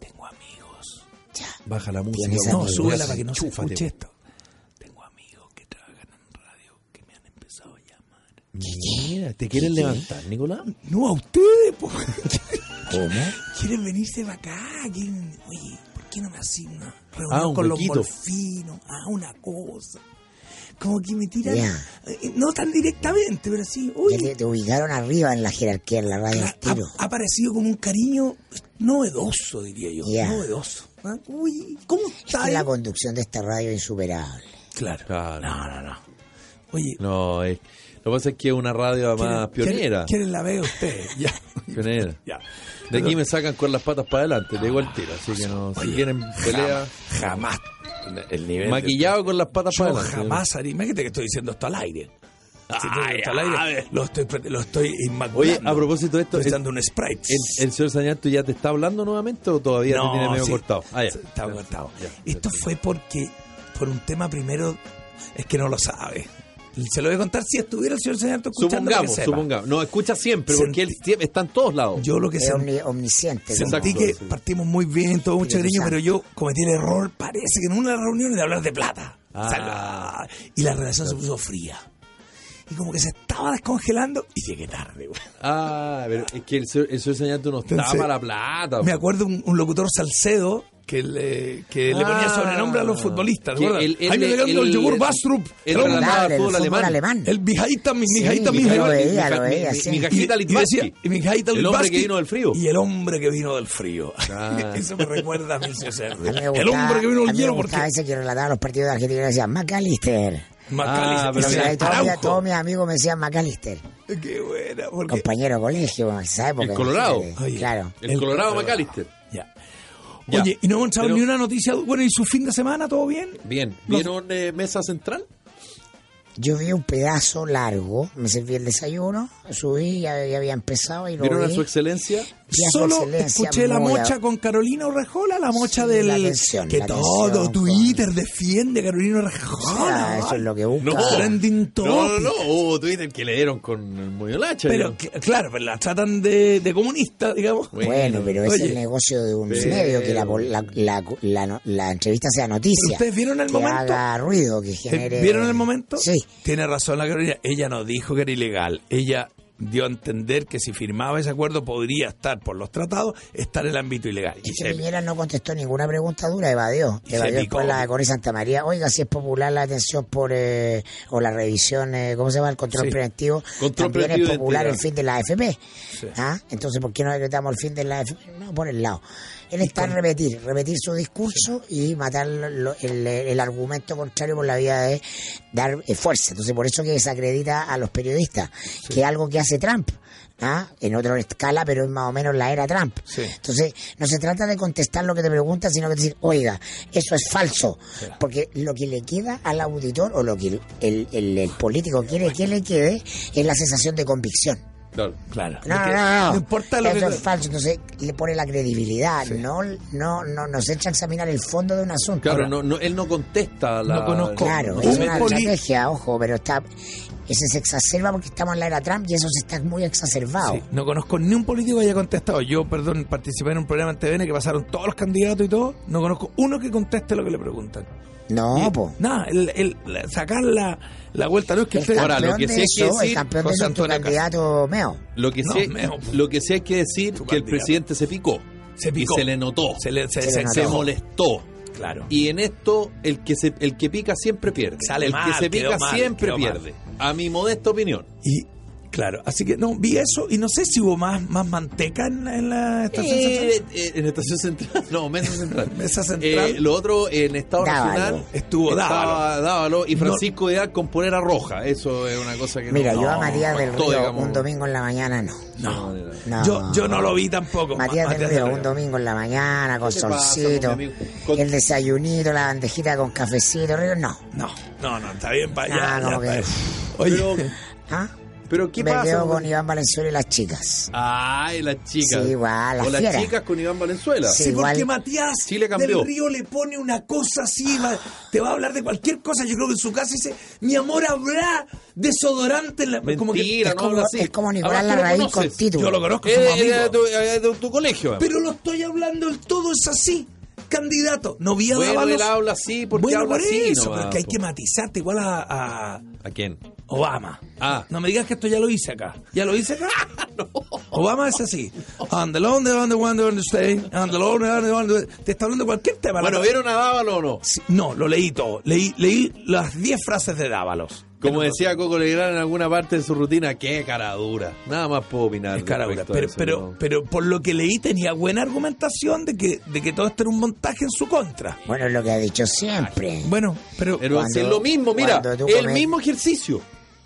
Speaker 1: Tengo amigos.
Speaker 3: ya.
Speaker 2: Baja la música.
Speaker 3: Tienes
Speaker 1: No,
Speaker 3: amigos.
Speaker 1: súbela para que no
Speaker 2: Chúfate,
Speaker 1: se escuche esto. Tengo amigos que trabajan en radio que me han empezado a llamar.
Speaker 2: pues. Mira, ¿te quieren levantar, Nicolás?
Speaker 1: No, a ustedes, po.
Speaker 3: ¿Cómo?
Speaker 1: Quieren venirse para acá. Quieren, oye, ¿por qué no me hacen una reunión
Speaker 2: Ah, un
Speaker 1: con
Speaker 2: huequito.
Speaker 1: los morfinos? Ah, una cosa. Como que me tiran.
Speaker 3: Ya.
Speaker 1: eh, No tan directamente, pero sí.
Speaker 3: Ya
Speaker 1: Oye,
Speaker 3: te, te ubicaron arriba en la jerarquía en la radio al
Speaker 1: ha,
Speaker 3: tiro.
Speaker 1: ha aparecido como un cariño novedoso, diría yo.
Speaker 3: Ya.
Speaker 1: Novedoso. Ah, Uy, ¿cómo está?
Speaker 3: Es la
Speaker 1: ahí?
Speaker 3: conducción de esta radio insuperable.
Speaker 1: Claro.
Speaker 2: Claro.
Speaker 1: No, no, no. Oye,
Speaker 2: No, es- lo que pasa es que es una radio además
Speaker 1: ¿quieren-
Speaker 2: pionera.
Speaker 1: ¿quieren, la ve usted? *laughs* Ya.
Speaker 2: Pionera.
Speaker 1: ya.
Speaker 2: De aquí me sacan con las patas para adelante, te digo el tiro. Así que no, si
Speaker 1: Oye,
Speaker 2: quieren pelea,
Speaker 1: Jamás. El nivel. de-
Speaker 2: maquillado con las patas para
Speaker 1: Yo
Speaker 2: adelante.
Speaker 1: jamás haría. Imagínate que estoy diciendo esto al aire. Si estoy
Speaker 2: Ay,
Speaker 1: diciendo esto al aire,
Speaker 2: a ver.
Speaker 1: lo estoy, pre- lo estoy
Speaker 2: Oye,
Speaker 1: inmaculando.
Speaker 2: a propósito de esto,
Speaker 1: Estoy
Speaker 2: el,
Speaker 1: echando un sprite.
Speaker 2: el- el señor Sañanto ya te está hablando nuevamente o todavía te tiene medio
Speaker 1: sí,
Speaker 2: cortado? Ah, ya.
Speaker 1: Está
Speaker 2: Ya,
Speaker 1: cortado.
Speaker 2: ya, ya,
Speaker 1: Esto
Speaker 2: ya.
Speaker 1: fue porque, por un tema primero, es que no lo sabe. Se lo voy a contar si estuviera el señor Señanto escuchando. para que
Speaker 2: Supongamos,
Speaker 1: sepa.
Speaker 2: supongamos. No, escucha siempre porque él
Speaker 1: Sentí-
Speaker 2: siempre está en todos lados.
Speaker 1: Yo lo que
Speaker 3: Es
Speaker 1: sé
Speaker 3: omni- omnisciente. como-
Speaker 1: Sentí
Speaker 2: Exacto,
Speaker 1: que
Speaker 2: sí.
Speaker 1: partimos muy bien, todo mucho
Speaker 3: Espíritu
Speaker 1: cariño, pero yo cometí el error, parece que en una de las reuniones de hablar de plata. O sea,
Speaker 2: Ah.
Speaker 1: la- y la relación se puso fría. Y como que se estaba descongelando y llegué tarde, güey.
Speaker 2: Ah, pero es que el señor, el señor Sañanto no está
Speaker 1: Entonces,
Speaker 2: para la plata.
Speaker 1: Me
Speaker 2: po.
Speaker 1: acuerdo un, un locutor Salcedo que le, que le ponía
Speaker 2: Ah.
Speaker 1: sobrenombre a los futbolistas. ¿te
Speaker 2: Que
Speaker 1: acuerdas?
Speaker 2: el- el-
Speaker 1: Jaime Leandro, el,
Speaker 2: el-
Speaker 1: yogur Bastrup,
Speaker 2: el-
Speaker 1: era un-
Speaker 2: la-
Speaker 3: Claro, el
Speaker 2: fútbol
Speaker 3: fútbol
Speaker 2: alemán.
Speaker 3: alemán.
Speaker 1: el Mijajita, mi
Speaker 3: Sí,
Speaker 1: Mijajita, mi
Speaker 3: yo
Speaker 1: Mijajita.
Speaker 3: lo veía,
Speaker 2: Mi-
Speaker 3: lo
Speaker 2: mi-
Speaker 3: veía,
Speaker 2: mi-
Speaker 3: sí.
Speaker 2: mi
Speaker 1: Y-
Speaker 2: cajita
Speaker 1: y decía,
Speaker 2: Litvarsky.
Speaker 1: y mi hijita
Speaker 2: El hombre que
Speaker 1: Litvarsky,
Speaker 2: vino del frío.
Speaker 1: Y el hombre que vino del frío.
Speaker 2: Ah.
Speaker 1: *laughs* Eso me recuerda a mí, ese ser.
Speaker 3: A mí me
Speaker 1: El
Speaker 3: gustaba-
Speaker 1: hombre que vino del
Speaker 3: a mí me
Speaker 1: hielo porque...
Speaker 3: gustaba ese que relataba los partidos de Argentina y decía McAllister.
Speaker 1: Macalister,
Speaker 2: Ah, pero
Speaker 3: O sea,
Speaker 1: ese
Speaker 3: ahí todavía
Speaker 1: Araujo.
Speaker 3: todos mis amigos me decían McAllister.
Speaker 1: *laughs* Qué buena, porque...
Speaker 3: Compañero de colegio, esa época.
Speaker 2: El Colorado.
Speaker 1: Oye,
Speaker 3: Claro.
Speaker 2: El, Colorado McAllister.
Speaker 1: Ya.
Speaker 2: Ya.
Speaker 1: Oye, y no hemos entrado
Speaker 2: Pero-
Speaker 1: ni una noticia. Bueno, ¿y su fin de semana todo bien?
Speaker 2: Bien.
Speaker 1: Los-
Speaker 2: ¿Vieron eh, Mesa Central?
Speaker 3: Yo vi un pedazo largo, me serví el desayuno, subí, ya, ya había empezado y lo
Speaker 2: ¿Vieron a
Speaker 3: vi.
Speaker 2: su excelencia?
Speaker 3: Ya su
Speaker 1: Solo
Speaker 3: excelencia,
Speaker 1: escuché la
Speaker 3: muy a-
Speaker 1: mocha con Carolina Orejola, la mocha
Speaker 3: Sí,
Speaker 1: del...
Speaker 3: la atención,
Speaker 1: que
Speaker 3: la
Speaker 1: todo
Speaker 3: atención,
Speaker 1: Twitter defiende a Carolina Orejola.
Speaker 3: Ah, eso es lo que busca.
Speaker 2: No,
Speaker 1: Trending
Speaker 2: no, no, no,
Speaker 1: topic.
Speaker 2: hubo Twitter que le dieron con el Moyolacha.
Speaker 1: Pero
Speaker 2: digamos.
Speaker 1: cl- claro, pues la tratan de, de comunista, digamos.
Speaker 2: Bueno,
Speaker 3: Bueno, pero es
Speaker 1: Oye,
Speaker 3: el negocio de un
Speaker 2: pero-
Speaker 3: medio que la, pol- la, la, la no- la entrevista sea noticia.
Speaker 1: ¿Ustedes vieron el
Speaker 3: que
Speaker 1: momento?
Speaker 3: haga ruido, que
Speaker 1: ¿Eh,
Speaker 3: genere...
Speaker 1: ¿Vieron el momento?
Speaker 3: Sí.
Speaker 1: Tiene razón la Carolina. Ella no dijo que era ilegal. Ella dio a entender que si firmaba ese acuerdo podría estar por los tratados, estar en el ámbito ilegal. Y
Speaker 3: Es que
Speaker 1: se-
Speaker 3: Piñera no contestó ninguna pregunta dura, evadió.
Speaker 1: Y se
Speaker 3: Evadió
Speaker 1: picó.
Speaker 3: después la de Corea Santa María. Oiga, si es popular la detención por. eh, o la revisión, eh, ¿cómo se llama? El control
Speaker 1: Sí.
Speaker 3: preventivo.
Speaker 2: Control
Speaker 3: También
Speaker 2: preventivo de
Speaker 3: es popular el
Speaker 2: identidad.
Speaker 3: fin de la AFP. ¿Ah? Entonces, ¿por qué no decretamos el fin de la AFP? No, por el lado. Él está en repetir, repetir su discurso y matar lo- el, el argumento contrario por la vía de dar eh, fuerza. Entonces, por eso que desacredita a los periodistas, que es algo que hace Trump. ¿ah? En otra escala, pero es más o menos la era Trump.
Speaker 1: Sí.
Speaker 3: Entonces, no se trata de contestar lo que te preguntan, sino que decir, oiga, eso es falso. Porque lo que le queda al auditor o lo que el, el- el- el político quiere que le quede es la sensación de convicción.
Speaker 2: Claro.
Speaker 1: Claro.
Speaker 3: No, no, no, no.
Speaker 1: No importa lo que
Speaker 3: Eso
Speaker 1: tú-
Speaker 3: es falso. Entonces le pone la credibilidad. No, no, no, no se echa a examinar el fondo de un asunto.
Speaker 2: Claro,
Speaker 3: Ahora,
Speaker 2: no, no, él no contesta la...
Speaker 1: No conozco.
Speaker 3: Claro,
Speaker 1: no
Speaker 3: es
Speaker 1: me
Speaker 3: una
Speaker 1: poli-
Speaker 3: estrategia, ojo, pero está. Ese se exacerba porque estamos en la era Trump y eso se está muy exacerbado.
Speaker 1: Sí, no conozco ni un político que haya contestado. Yo, perdón, participé en un programa en TVN que pasaron todos los candidatos y todo. No conozco uno que conteste lo que le preguntan.
Speaker 3: No, po.
Speaker 1: Nada, el, el- la- sacar la, la vuelta no es que
Speaker 3: El
Speaker 1: usted.
Speaker 3: campeón
Speaker 2: Ahora, lo que
Speaker 3: de
Speaker 2: sí hay que
Speaker 3: eso, el
Speaker 2: decir,
Speaker 3: campeón de
Speaker 1: José
Speaker 3: eso es tu
Speaker 1: Antonio Cast-
Speaker 3: candidato meo.
Speaker 2: Lo que,
Speaker 1: No,
Speaker 2: sí,
Speaker 1: meo.
Speaker 2: lo que sí hay que decir
Speaker 1: Tu
Speaker 2: que el
Speaker 1: candidato.
Speaker 2: presidente se picó.
Speaker 1: Se picó.
Speaker 2: Y se le notó.
Speaker 1: Se le- se-
Speaker 3: Se le
Speaker 1: se-
Speaker 2: se
Speaker 3: notó.
Speaker 2: molestó.
Speaker 1: Claro.
Speaker 2: Y en esto, el que, se, el que pica siempre pierde.
Speaker 1: Sale
Speaker 2: el
Speaker 1: mal,
Speaker 2: que se
Speaker 1: quedó
Speaker 2: pica
Speaker 1: mal,
Speaker 2: siempre
Speaker 1: quedó mal.
Speaker 2: pierde. A mi modesta opinión.
Speaker 1: Y claro, así que no, vi eso y no sé si hubo más, más manteca en la, en la estación.
Speaker 2: Eh,
Speaker 1: central.
Speaker 2: eh, en Estación Central, no, Mesa Central.
Speaker 1: *laughs* Mesa Central.
Speaker 2: Eh, lo otro, en Estado
Speaker 3: Dávalo.
Speaker 2: Nacional.
Speaker 1: Estuvo
Speaker 2: estaba
Speaker 1: Dávalo.
Speaker 2: Dávalo y
Speaker 1: No.
Speaker 2: Francisco Vidal con polera roja. Eso es una cosa que
Speaker 3: Mira,
Speaker 2: no,
Speaker 3: yo a
Speaker 2: no,
Speaker 3: Matías del
Speaker 2: faltó,
Speaker 3: Río
Speaker 2: digamos.
Speaker 3: un domingo en la mañana no.
Speaker 1: No,
Speaker 3: No.
Speaker 1: Yo, yo no lo vi tampoco.
Speaker 3: Matías
Speaker 1: Ma-
Speaker 3: del Río, un domingo en la mañana, con
Speaker 2: ¿Qué te pasa,
Speaker 3: solcito,
Speaker 2: con mi amigo? Con-
Speaker 3: el desayunito, la bandejita con cafecito, Río, no.
Speaker 1: No, no, no, está bien para
Speaker 3: Ah,
Speaker 1: allá.
Speaker 3: como que-
Speaker 1: Oye,
Speaker 2: Pero,
Speaker 3: ¿Ah?
Speaker 2: pero ¿qué
Speaker 3: Me
Speaker 2: pasa?
Speaker 3: quedo con Iván Valenzuela y las chicas.
Speaker 2: Ay, las chicas.
Speaker 3: Sí, igual, las
Speaker 2: o las
Speaker 3: fieras.
Speaker 2: chicas con Iván Valenzuela. Eh,
Speaker 1: Sí,
Speaker 3: Sí,
Speaker 1: porque
Speaker 3: igual-
Speaker 1: Matías
Speaker 2: Sí, le cambió.
Speaker 1: del Río le pone una cosa así, va- te va a hablar de cualquier cosa. Yo creo que en su casa dice, mi amor habrá desodorante. En la... como que-
Speaker 2: Mentira,
Speaker 3: es
Speaker 2: no
Speaker 3: como-
Speaker 2: habla así.
Speaker 3: es como Nicolás
Speaker 2: Además, tú lo
Speaker 3: Larraín
Speaker 2: conoces.
Speaker 3: con Tito.
Speaker 1: yo lo conozco,
Speaker 2: Eh,
Speaker 1: somos
Speaker 2: eh, de,
Speaker 1: amigos.
Speaker 2: de- de tu colegio. eh.
Speaker 1: Pero lo estoy hablando, el todo es así. Candidato, no vi a
Speaker 2: bueno,
Speaker 1: Dávalos.
Speaker 2: él habla así porque
Speaker 1: Bueno,
Speaker 2: habla
Speaker 1: por
Speaker 2: así.
Speaker 1: eso,
Speaker 2: nomás,
Speaker 1: pero es que hay
Speaker 2: po.
Speaker 1: que matizarte igual a, a
Speaker 2: ¿A quién?
Speaker 1: Obama.
Speaker 2: Ah.
Speaker 1: No me digas que esto ya lo hice acá. ¿Ya lo
Speaker 2: *laughs*
Speaker 1: hice acá? Obama es así. And the Lord, the one, the one, the one, the stay. And the Lord, the one, the one, the one. Te está hablando de cualquier tema.
Speaker 2: Bueno,
Speaker 1: La-
Speaker 2: ¿vieron a Dávalo o no?
Speaker 1: Sí, No, lo leí todo. Leí, leí las 10 frases de Dávalos.
Speaker 2: Como decía Coco Legrand en alguna parte de su rutina, qué cara dura. Nada más puedo opinar.
Speaker 1: Es cara dura,
Speaker 2: Ah, respecto a
Speaker 1: Pero,
Speaker 2: eso,
Speaker 1: pero,
Speaker 2: ¿no?
Speaker 1: pero por lo que leí tenía buena argumentación de que, de que todo esto era un montaje en su contra.
Speaker 3: Bueno, es lo que ha dicho siempre.
Speaker 1: Bueno, pero...
Speaker 2: Pero
Speaker 3: Cuando-
Speaker 2: es lo mismo, mira, el
Speaker 3: cuando tú comes-
Speaker 2: mismo ejercicio.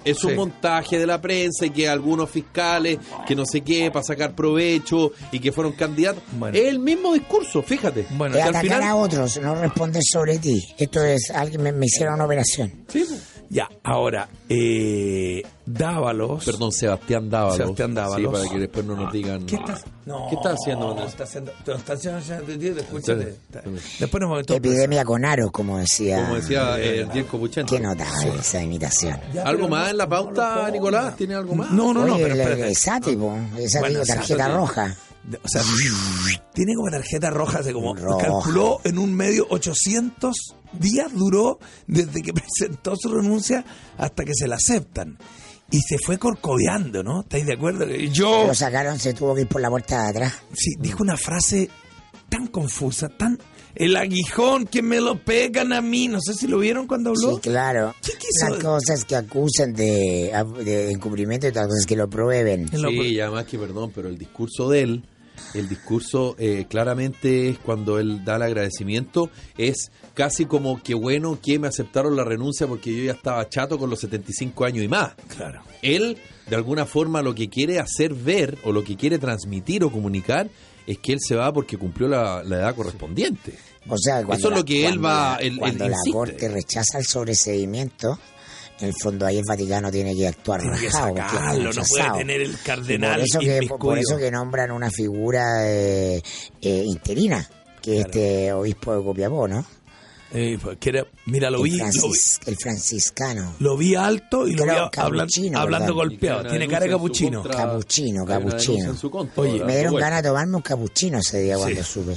Speaker 2: Es un
Speaker 1: Sí.
Speaker 2: montaje de la prensa y que algunos fiscales, que no sé qué, para sacar provecho y que fueron candidatos.
Speaker 1: Bueno.
Speaker 2: Es el mismo discurso, fíjate.
Speaker 1: Bueno,
Speaker 2: Que
Speaker 3: es
Speaker 2: al
Speaker 3: atacar
Speaker 2: final-
Speaker 3: a otros, no responder sobre ti. Esto es, alguien me, me hicieron una operación.
Speaker 2: Sí, pues.
Speaker 1: Ya, ahora, eh, Dávalos...
Speaker 2: Perdón, Sebastián Dávalos.
Speaker 1: Sebastián Dávalos.
Speaker 2: Sí, para que después no nos digan.
Speaker 1: ¿Qué estás, no,
Speaker 2: ¿Qué estás haciendo,
Speaker 1: No,
Speaker 2: Andrés?
Speaker 1: estás haciendo, te lo estás haciendo, haciendo- escúchate.
Speaker 2: Está bien.
Speaker 1: Después nos vamos a meter-
Speaker 3: Epidemia con aros, como decía.
Speaker 2: Como
Speaker 1: Ah,
Speaker 2: decía eh, el Diego Buchento.
Speaker 3: Qué notable esa imitación.
Speaker 1: Ya,
Speaker 2: ¿Algo
Speaker 1: pero
Speaker 2: más
Speaker 1: no-
Speaker 2: en la
Speaker 1: no
Speaker 2: pauta,
Speaker 1: lo ponga.
Speaker 2: Nicolás? ¿Tiene algo más?
Speaker 1: No, no, no,
Speaker 3: Oye,
Speaker 1: pero
Speaker 3: el-
Speaker 1: espérate.
Speaker 3: el Sati, po, el Sati
Speaker 1: Bueno,
Speaker 3: con tarjeta
Speaker 1: Sati.
Speaker 3: roja.
Speaker 1: De- O sea, tiene como tarjeta roja, hace como
Speaker 3: Roja.
Speaker 1: calculó en un medio 800 días duró desde que *laughs* presentó su renuncia hasta que se la aceptan. Y se fue corcoveando, ¿no? ¿Estáis de acuerdo? Que Yo
Speaker 3: Lo sacaron, se tuvo que ir por la puerta de atrás.
Speaker 1: sí, dijo una frase tan confusa, tan el aguijón que me lo pegan a mí, no sé si lo vieron cuando habló.
Speaker 3: Sí, claro.
Speaker 1: ¿Qué quiso?
Speaker 3: Unas cosas que acusan de, de encubrimiento y otras cosas que lo prueben.
Speaker 1: En lo-
Speaker 2: Sí, ya más que perdón, pero el discurso de él, el discurso eh, claramente es cuando él da el agradecimiento, es casi como que bueno que me aceptaron la renuncia porque yo ya estaba chato con los 75 años y más.
Speaker 1: Claro.
Speaker 2: Él, de alguna forma, lo que quiere hacer ver o lo que quiere transmitir o comunicar es que él se va porque cumplió la, la edad correspondiente.
Speaker 3: O sea, cuando
Speaker 2: Eso es
Speaker 3: la-
Speaker 2: lo que él
Speaker 3: cuando
Speaker 2: va-
Speaker 3: la-
Speaker 2: él- él
Speaker 3: cuando la
Speaker 2: insiste.
Speaker 3: corte rechaza el sobreseguimiento, en el fondo ahí el Vaticano tiene que actuar
Speaker 1: Tiene que
Speaker 3: rajado, porque lo han
Speaker 1: sacarlo, no puede
Speaker 3: rechazado.
Speaker 1: tener el
Speaker 3: Y
Speaker 1: cardenal
Speaker 3: por eso que por- por
Speaker 1: inmiscuido.
Speaker 3: eso que nombran una figura eh, eh, interina, que es este obispo de Copiapó, ¿no?
Speaker 1: Eh, pues, que era- mira, lo
Speaker 3: el,
Speaker 1: vi, lo vi,
Speaker 3: francis- el franciscano.
Speaker 1: lo vi alto y lo vi
Speaker 3: Era
Speaker 1: a- hablan-
Speaker 3: capuchino,
Speaker 1: hablando
Speaker 3: ¿verdad?
Speaker 1: golpeado. Tiene cara de capuchino.
Speaker 3: Capuchino, capuchino.
Speaker 1: Oye,
Speaker 3: Me dieron ganas de tomarme un capuchino ese día
Speaker 1: *laughs*
Speaker 3: cuando supe.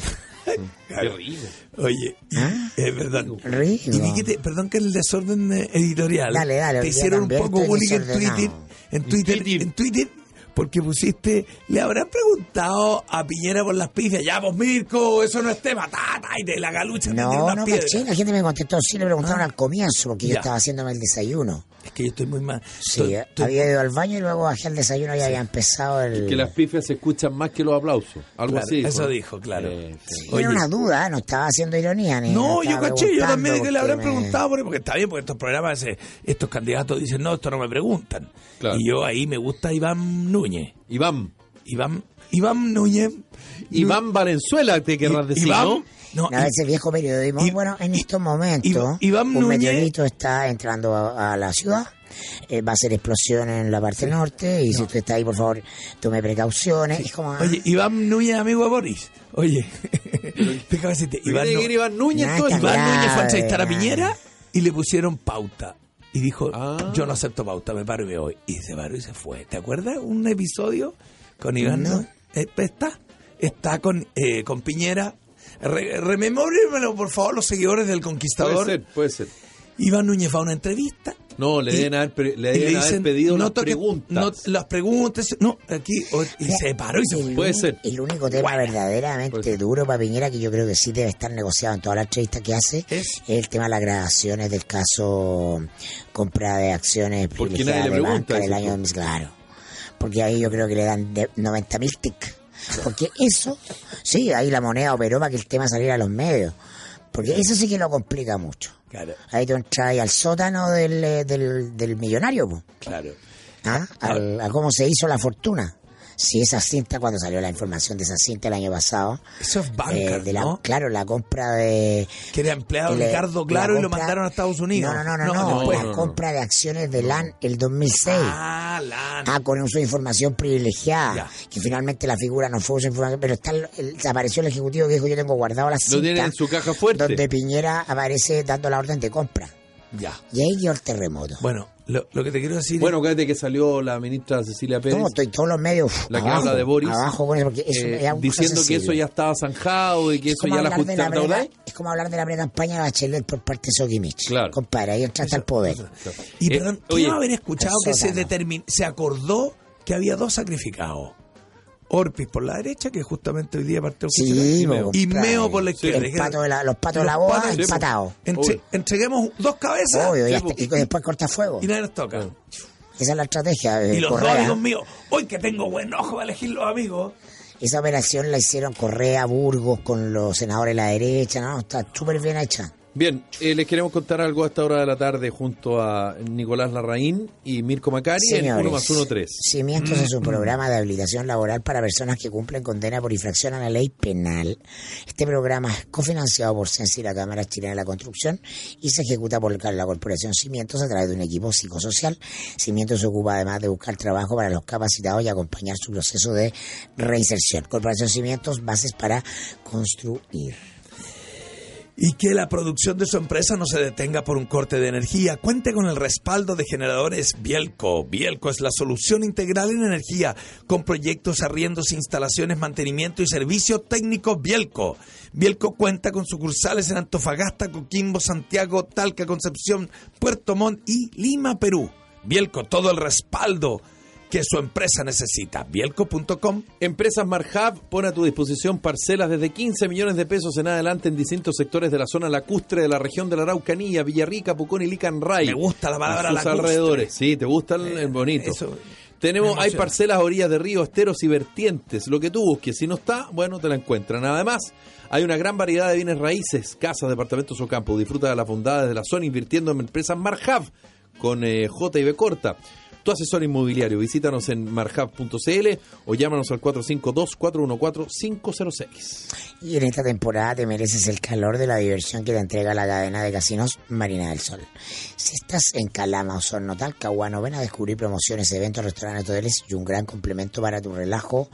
Speaker 1: Oye, y-
Speaker 3: Ah.
Speaker 1: es verdad.
Speaker 3: Rico.
Speaker 1: Y vi que te- perdón que el desorden eh, editorial.
Speaker 3: Dale, dale,
Speaker 1: Te
Speaker 3: yo
Speaker 1: hicieron un
Speaker 3: también
Speaker 1: poco
Speaker 3: estoy
Speaker 1: bullying en
Speaker 3: desordenado.
Speaker 1: Twitter. En Twitter,
Speaker 2: Twitter.
Speaker 1: en Twitter porque pusiste, le habrán preguntado a Piñera por las pifias, ya vos Mirko, eso no es tema, ta, ta, y de la galucha te tira
Speaker 3: No,
Speaker 1: una
Speaker 3: no
Speaker 1: piedra. Ah.
Speaker 3: caché. La gente me contestó, sí, le preguntaron al comienzo, porque yo
Speaker 1: Ya.
Speaker 3: estaba haciéndome el desayuno.
Speaker 1: Es que yo estoy muy mal.
Speaker 3: Sí,
Speaker 1: Estoy-
Speaker 3: eh,
Speaker 1: estoy-
Speaker 3: había ido al baño y luego bajé al desayuno y había empezado el...
Speaker 2: Que las pifias se escuchan más que los aplausos. Algo
Speaker 1: Claro,
Speaker 2: así. dijo,
Speaker 1: eso
Speaker 2: ¿no?
Speaker 1: dijo, claro.
Speaker 2: Eh, sí.
Speaker 3: Era
Speaker 1: Oye.
Speaker 3: una duda, no estaba haciendo ironía. Ni
Speaker 1: No, yo
Speaker 3: estaba
Speaker 1: caché, yo también que le
Speaker 3: preguntando
Speaker 1: habrán
Speaker 3: porque me-
Speaker 1: preguntado, por- porque está bien, porque estos programas, eh, estos candidatos dicen, no, esto no me preguntan.
Speaker 2: Claro.
Speaker 1: Y yo ahí me gusta Iván Núñez.
Speaker 2: Iván.
Speaker 1: Iván, Iván Núñez.
Speaker 2: Iván Valenzuela, te querrás decir,
Speaker 1: Iván,
Speaker 2: ¿no?
Speaker 1: no,
Speaker 3: No, ese viejo periodismo.
Speaker 1: I-
Speaker 3: bueno, en
Speaker 1: I-
Speaker 3: estos momentos,
Speaker 1: I- Iván
Speaker 3: un
Speaker 1: Núñez-
Speaker 3: meteorito está entrando a, a la ciudad. eh, va a ser explosión en la parte norte. Y si usted está ahí, por favor, tome precauciones. Es como. ah,
Speaker 1: Oye, Iván Núñez, amigo de Boris. Oye, *laughs* déjame decirte,
Speaker 2: Iván,
Speaker 1: Iván, Nu-
Speaker 2: Iván Núñez,
Speaker 3: Nada,
Speaker 2: todo
Speaker 3: está
Speaker 2: Iván.
Speaker 1: Iván Núñez fue a
Speaker 3: grave,
Speaker 1: entrevistar a
Speaker 3: grave.
Speaker 1: Piñera y le pusieron pauta. Y dijo,
Speaker 2: Ah.
Speaker 1: yo no acepto pauta, me paro y me voy. Y se paró y se fue. ¿Te acuerdas un episodio con Iván
Speaker 3: No.
Speaker 1: Núñez? Eh, pues está, está con, eh, con Piñera. Re- rememórenmelo, por favor, los seguidores del
Speaker 2: Puede
Speaker 1: Conquistador.
Speaker 2: ser, puede ser.
Speaker 1: Iván Núñez va a una entrevista.
Speaker 2: No, le
Speaker 1: y-
Speaker 2: deben haber, pre- le
Speaker 1: y
Speaker 2: deben haber
Speaker 1: dicen,
Speaker 2: pedido
Speaker 1: no
Speaker 2: las
Speaker 1: toques-
Speaker 2: preguntas.
Speaker 1: no- las preguntas, no, aquí, o- y se paró y se fue.
Speaker 3: el
Speaker 2: puede
Speaker 3: uni-
Speaker 2: ser.
Speaker 3: El único tema verdaderamente
Speaker 2: Puede ser.
Speaker 3: duro para Piñera, que yo creo que sí debe estar negociado en todas las entrevistas que hace,
Speaker 1: Es-
Speaker 3: es el tema de las grabaciones del caso compra de acciones
Speaker 2: Porque
Speaker 3: privilegiadas
Speaker 2: nadie le
Speaker 3: de
Speaker 2: pregunta
Speaker 3: banca del
Speaker 2: eso,
Speaker 3: año. Claro. Porque ahí yo creo que le dan de 90 mil
Speaker 2: *laughs*
Speaker 3: tic. Porque eso, sí, ahí la moneda operó para que el tema saliera a los medios. Porque eso sí que lo complica mucho.
Speaker 1: Claro,
Speaker 3: Ahí tú entras ahí al sótano del, eh, del, del millonario, po.
Speaker 1: claro.
Speaker 3: ¿Ah? Al- a cómo se hizo la fortuna. Si esa cinta, cuando salió la información de esa cinta el año pasado,
Speaker 1: Eso es
Speaker 3: eh,
Speaker 1: Banker,
Speaker 3: de la,
Speaker 1: ¿no?
Speaker 3: claro, la compra de...
Speaker 1: Que era empleado
Speaker 3: le-
Speaker 1: Ricardo
Speaker 3: la
Speaker 1: Claro y lo
Speaker 3: compra-
Speaker 1: mandaron a Estados Unidos.
Speaker 3: No, no, no, no, no, pues,
Speaker 1: después.
Speaker 3: la compra de acciones de LAN el 2006. Ah.
Speaker 1: Ah, la...
Speaker 3: con uso de información privilegiada,
Speaker 1: Ya.
Speaker 3: que finalmente la figura no fue uso de información, pero está el- el- apareció el ejecutivo que dijo yo tengo guardado la cinta.
Speaker 2: Lo tienen en su caja fuerte.
Speaker 3: Donde Piñera aparece dando la orden de compra.
Speaker 1: Ya.
Speaker 3: Y ahí dio el terremoto.
Speaker 1: Bueno, lo, lo que te quiero decir
Speaker 2: Bueno, cállate que salió la ministra Cecilia Pérez.
Speaker 3: No, estoy todos los medios uf,
Speaker 2: La que
Speaker 3: abajo,
Speaker 2: habla de Boris,
Speaker 3: abajo con eso, porque eso
Speaker 2: eh,
Speaker 3: es algo
Speaker 2: diciendo que
Speaker 3: sencillo.
Speaker 2: eso ya estaba zanjado y que
Speaker 3: Es
Speaker 2: eso
Speaker 3: como
Speaker 2: ya la
Speaker 3: hablar de
Speaker 2: justicia.
Speaker 3: la pre- Es como hablar de la pre-campaña de Bachelet por parte de Sokimich.
Speaker 2: Claro.
Speaker 3: Compadre, ahí entra hasta el poder.
Speaker 1: es... Y
Speaker 2: eh,
Speaker 1: perdón,
Speaker 2: oye,
Speaker 1: ¿quién va a haber escuchado
Speaker 3: el
Speaker 1: que se,
Speaker 3: sótano.
Speaker 1: determin... se acordó que había dos sacrificados? Orpis por la derecha, que justamente hoy día partió
Speaker 3: Sí,
Speaker 1: oficial, y
Speaker 3: po,
Speaker 1: Meo. y
Speaker 3: compadre.
Speaker 1: Meo por la izquierda.
Speaker 3: El
Speaker 1: Dijeron,
Speaker 3: pato de la- los patos de la
Speaker 1: los
Speaker 3: boda
Speaker 1: patos-
Speaker 3: empatados.
Speaker 1: Entre-
Speaker 2: Uy.
Speaker 1: entreguemos dos cabezas
Speaker 3: Obvio, y,
Speaker 2: Sí,
Speaker 3: hasta-
Speaker 2: po.
Speaker 3: y después corta fuego.
Speaker 1: y nadie nos toca.
Speaker 3: Esa es la estrategia. eh,
Speaker 1: Y los dos,
Speaker 3: Correa.
Speaker 1: amigos míos, hoy que tengo buen ojo para elegir los amigos.
Speaker 3: Esa operación la hicieron Correa, Burgos, con los senadores de la derecha. No, está súper bien hecha.
Speaker 2: Bien, eh, les queremos contar algo a esta hora de la tarde junto a Nicolás Larraín y Mirko Macari en 1 más 1, 3.
Speaker 3: Cimientos es un programa de habilitación laboral para personas que cumplen condena por infracción a la ley penal. Este programa es cofinanciado por CENSI y la Cámara Chilena de la Construcción y se ejecuta por la Corporación Cimientos a través de un equipo psicosocial. Cimientos se ocupa además de buscar trabajo para los capacitados y acompañar su proceso de reinserción. Corporación Cimientos, bases para construir.
Speaker 1: y que la producción de su empresa no se detenga por un corte de energía. Cuente con el respaldo de generadores Bielco. Bielco es la solución integral en energía, con proyectos, arriendos, instalaciones, mantenimiento y servicio técnico Bielco. Bielco cuenta con sucursales en Antofagasta, Coquimbo, Santiago, Talca, Concepción, Puerto Montt y Lima, Perú. Bielco, todo el respaldo que su empresa necesita. Bielco.com
Speaker 2: Empresas Marhab pone a tu disposición parcelas desde 15 millones de pesos en adelante en distintos sectores de la zona lacustre de la región de la Araucanía, Villarrica, Pucón y Licanray.
Speaker 1: Me gusta la palabra
Speaker 2: A sus
Speaker 1: lacustre. Eh,
Speaker 2: alrededores. Sí, te gusta el, el bonito.
Speaker 1: eso
Speaker 2: Tenemos,
Speaker 1: me
Speaker 2: hay
Speaker 1: emociona.
Speaker 2: parcelas a orillas de ríos, esteros y vertientes. Lo que tú busques, si no está, bueno, te la encuentran. Además, hay una gran variedad de bienes raíces, casas, departamentos o campos. Disfruta de las bondades de la zona invirtiendo en empresas Marhab con eh, J y B corta. Tu asesor inmobiliario, visítanos en marhab.cl o llámanos al 452-414-506.
Speaker 3: Y en esta temporada te mereces el calor de la diversión que te entrega la cadena de casinos Marina del Sol. Si estás en Calama o Sornotal, Caguano, ven a descubrir promociones, eventos, restaurantes, hoteles y un gran complemento para tu relajo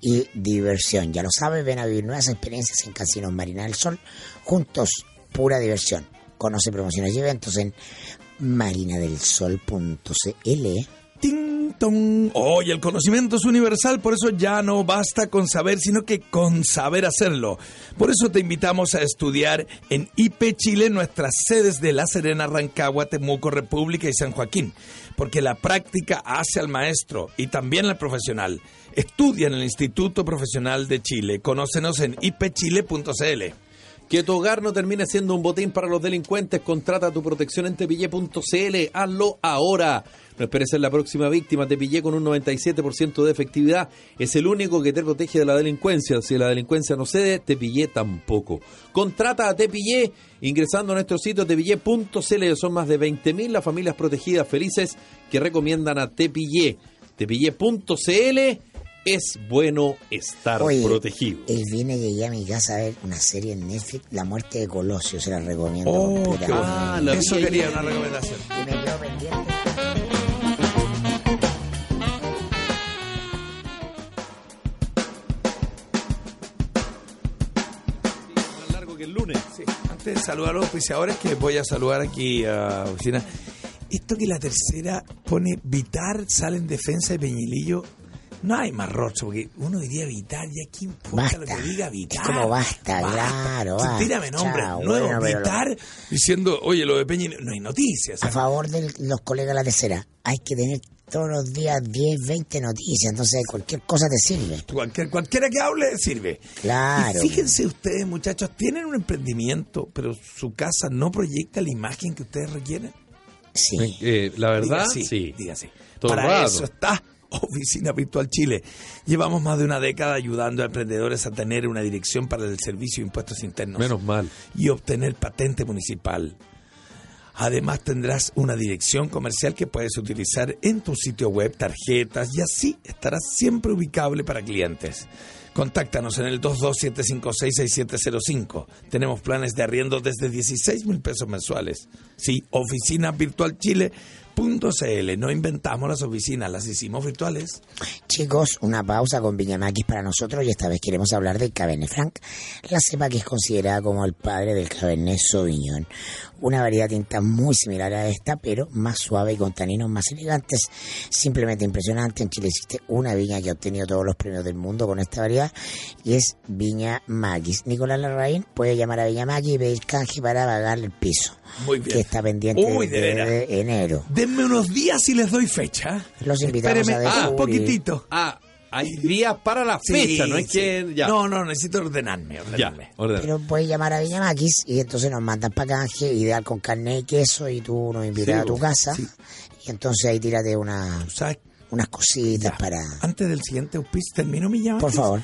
Speaker 3: y diversión. Ya lo sabes, ven a vivir nuevas experiencias en Casinos Marina del Sol. Juntos, pura diversión. Conoce promociones y eventos en marinadelsol.cl.
Speaker 1: Ting, Tong. Hoy el conocimiento es universal, por eso ya no basta con saber, sino que con saber hacerlo. Por eso te invitamos a estudiar en IP Chile nuestras sedes de La Serena, Rancagua, Temuco, República y San Joaquín, porque la práctica hace al maestro y también al profesional. Estudia en el Instituto Profesional de Chile. Conócenos en ipchile.cl.
Speaker 2: Que tu hogar no termine siendo un botín para los delincuentes, contrata tu protección en tepille.cl. Hazlo ahora. No esperes ser la próxima víctima. Tepille con un 97% de efectividad es el único que te protege de la delincuencia. Si la delincuencia no cede, Tepille tampoco. Contrata a Tepille ingresando a nuestro sitio tepille.cl. Son más de 20.000 las familias protegidas felices que recomiendan a Tepille. Tepille.cl es bueno estar
Speaker 3: Oye,
Speaker 2: protegido.
Speaker 1: este,
Speaker 3: El viernes llegué a mi casa a ver una serie en Netflix, La muerte de Colosio, se la recomiendo.
Speaker 1: Oh,
Speaker 3: completamente.
Speaker 1: qué bueno.
Speaker 2: Ah, la
Speaker 1: Eso
Speaker 2: vi ahí.
Speaker 1: quería una recomendación.
Speaker 3: Y me quedo pendiente.
Speaker 2: Más largo que el lunes.
Speaker 1: Sí, Antes de saludar a los auspiciadores, que voy a saludar aquí a oficina. Esto que la tercera pone Vitar sale en defensa de Peñilillo, no hay más rocho, porque uno diría Vitar, ya qué importa
Speaker 3: Basta.
Speaker 1: lo que diga Vitar.
Speaker 3: Es como basta, claro,
Speaker 1: Sí,
Speaker 3: basta,
Speaker 1: Tírame nombre
Speaker 3: chao,
Speaker 1: nuevo,
Speaker 3: bueno, pero lo- Ah.
Speaker 1: Vitar, diciendo, oye, lo de Peñilillo, no hay noticias.
Speaker 3: A favor de los colegas de la tercera, hay que tener todos los días 10, 20 noticias, entonces cualquier cosa te sirve.
Speaker 1: Cualquier, cualquiera que hable sirve.
Speaker 3: Claro.
Speaker 1: Y fíjense ustedes, muchachos, tienen un emprendimiento, pero su casa no proyecta la imagen que ustedes requieren.
Speaker 3: Sí.
Speaker 2: Eh, la verdad,
Speaker 1: Diga sí,
Speaker 2: sí.
Speaker 1: diga sí.
Speaker 2: Todo
Speaker 1: Para
Speaker 2: el rato.
Speaker 1: eso está Oficina Virtual Chile. Llevamos más de una década ayudando a emprendedores a tener una dirección para el servicio de impuestos internos
Speaker 2: Menos mal.
Speaker 1: y obtener patente municipal. Además tendrás una dirección comercial que puedes utilizar en tu sitio web, tarjetas y así estarás siempre ubicable para clientes. Contáctanos en el 227566705. Tenemos planes de arriendo desde 16 mil pesos mensuales. Sí, oficinavirtualchile.cl. No inventamos las oficinas, las hicimos virtuales.
Speaker 3: Chicos, una pausa con Viñamakis para nosotros y esta vez queremos hablar del Cabernet Franc, la cepa que es considerada como el padre del Cabernet Sauvignon. Una variedad de tinta muy similar a esta, pero más suave y con taninos más elegantes. Simplemente impresionante. En Chile existe una viña que ha obtenido todos los premios del mundo con esta variedad y es Viña Magis. Nicolás Larraín puede llamar a Viña Magis y pedir canje para pagar el piso.
Speaker 1: Muy
Speaker 3: Que
Speaker 1: bien.
Speaker 3: está pendiente
Speaker 1: Uy, de
Speaker 3: desde
Speaker 1: veras.
Speaker 3: enero.
Speaker 1: Denme unos días y les doy fecha.
Speaker 3: Los invitamos
Speaker 1: Espéreme
Speaker 3: a
Speaker 1: un
Speaker 3: descubrir.
Speaker 1: poquitito.
Speaker 2: Ah, hay días para la
Speaker 1: Sí,
Speaker 2: fecha, no es
Speaker 1: sí.
Speaker 2: que ya.
Speaker 1: No, no, necesito ordenarme,
Speaker 2: ya,
Speaker 1: ordenarme.
Speaker 2: ordena.
Speaker 3: Pero puedes llamar a Viñamakis y entonces nos mandan para canje, ideal con carne y queso y tú nos invitas
Speaker 2: Sí,
Speaker 3: a tu
Speaker 2: bo,
Speaker 3: casa. Y entonces ahí tírate una,
Speaker 1: Tú sabes,
Speaker 3: unas cositas para...
Speaker 1: antes del siguiente auspicio, termino mi llamada.
Speaker 3: Por favor.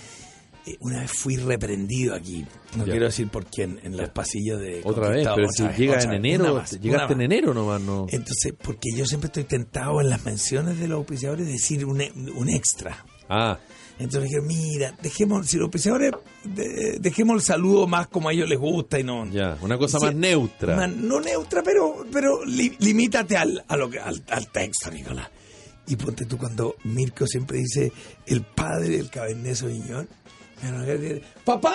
Speaker 1: Eh, una vez fui reprendido aquí, no
Speaker 2: Ya.
Speaker 1: quiero decir por quién, en los pasillos de...
Speaker 2: Otra vez,
Speaker 1: Conquistado,
Speaker 2: pero
Speaker 1: otra
Speaker 2: si
Speaker 1: vez,
Speaker 2: llega
Speaker 1: otra
Speaker 2: en
Speaker 1: vez,
Speaker 2: enero,
Speaker 1: una más,
Speaker 2: te-
Speaker 1: una
Speaker 2: llegaste en
Speaker 1: más. Eh,
Speaker 2: enero nomás, no.
Speaker 1: Entonces, porque yo siempre estoy tentado en las menciones de los auspiciadores decir un, e- un extra.
Speaker 2: Ah,
Speaker 1: Entonces me dijeron, mira, dejemos, si los auspiciadores, de- dejemos el saludo más como a ellos les gusta y no...
Speaker 2: ya, una cosa
Speaker 1: Sí.
Speaker 2: más neutra.
Speaker 1: Man, no neutra, pero, pero li- limítate al, a lo que- al, al texto, Nicolás. Y ponte tú cuando Mirko siempre dice el padre del Cabernet Sauvignon. me van a ver, ¡Papá!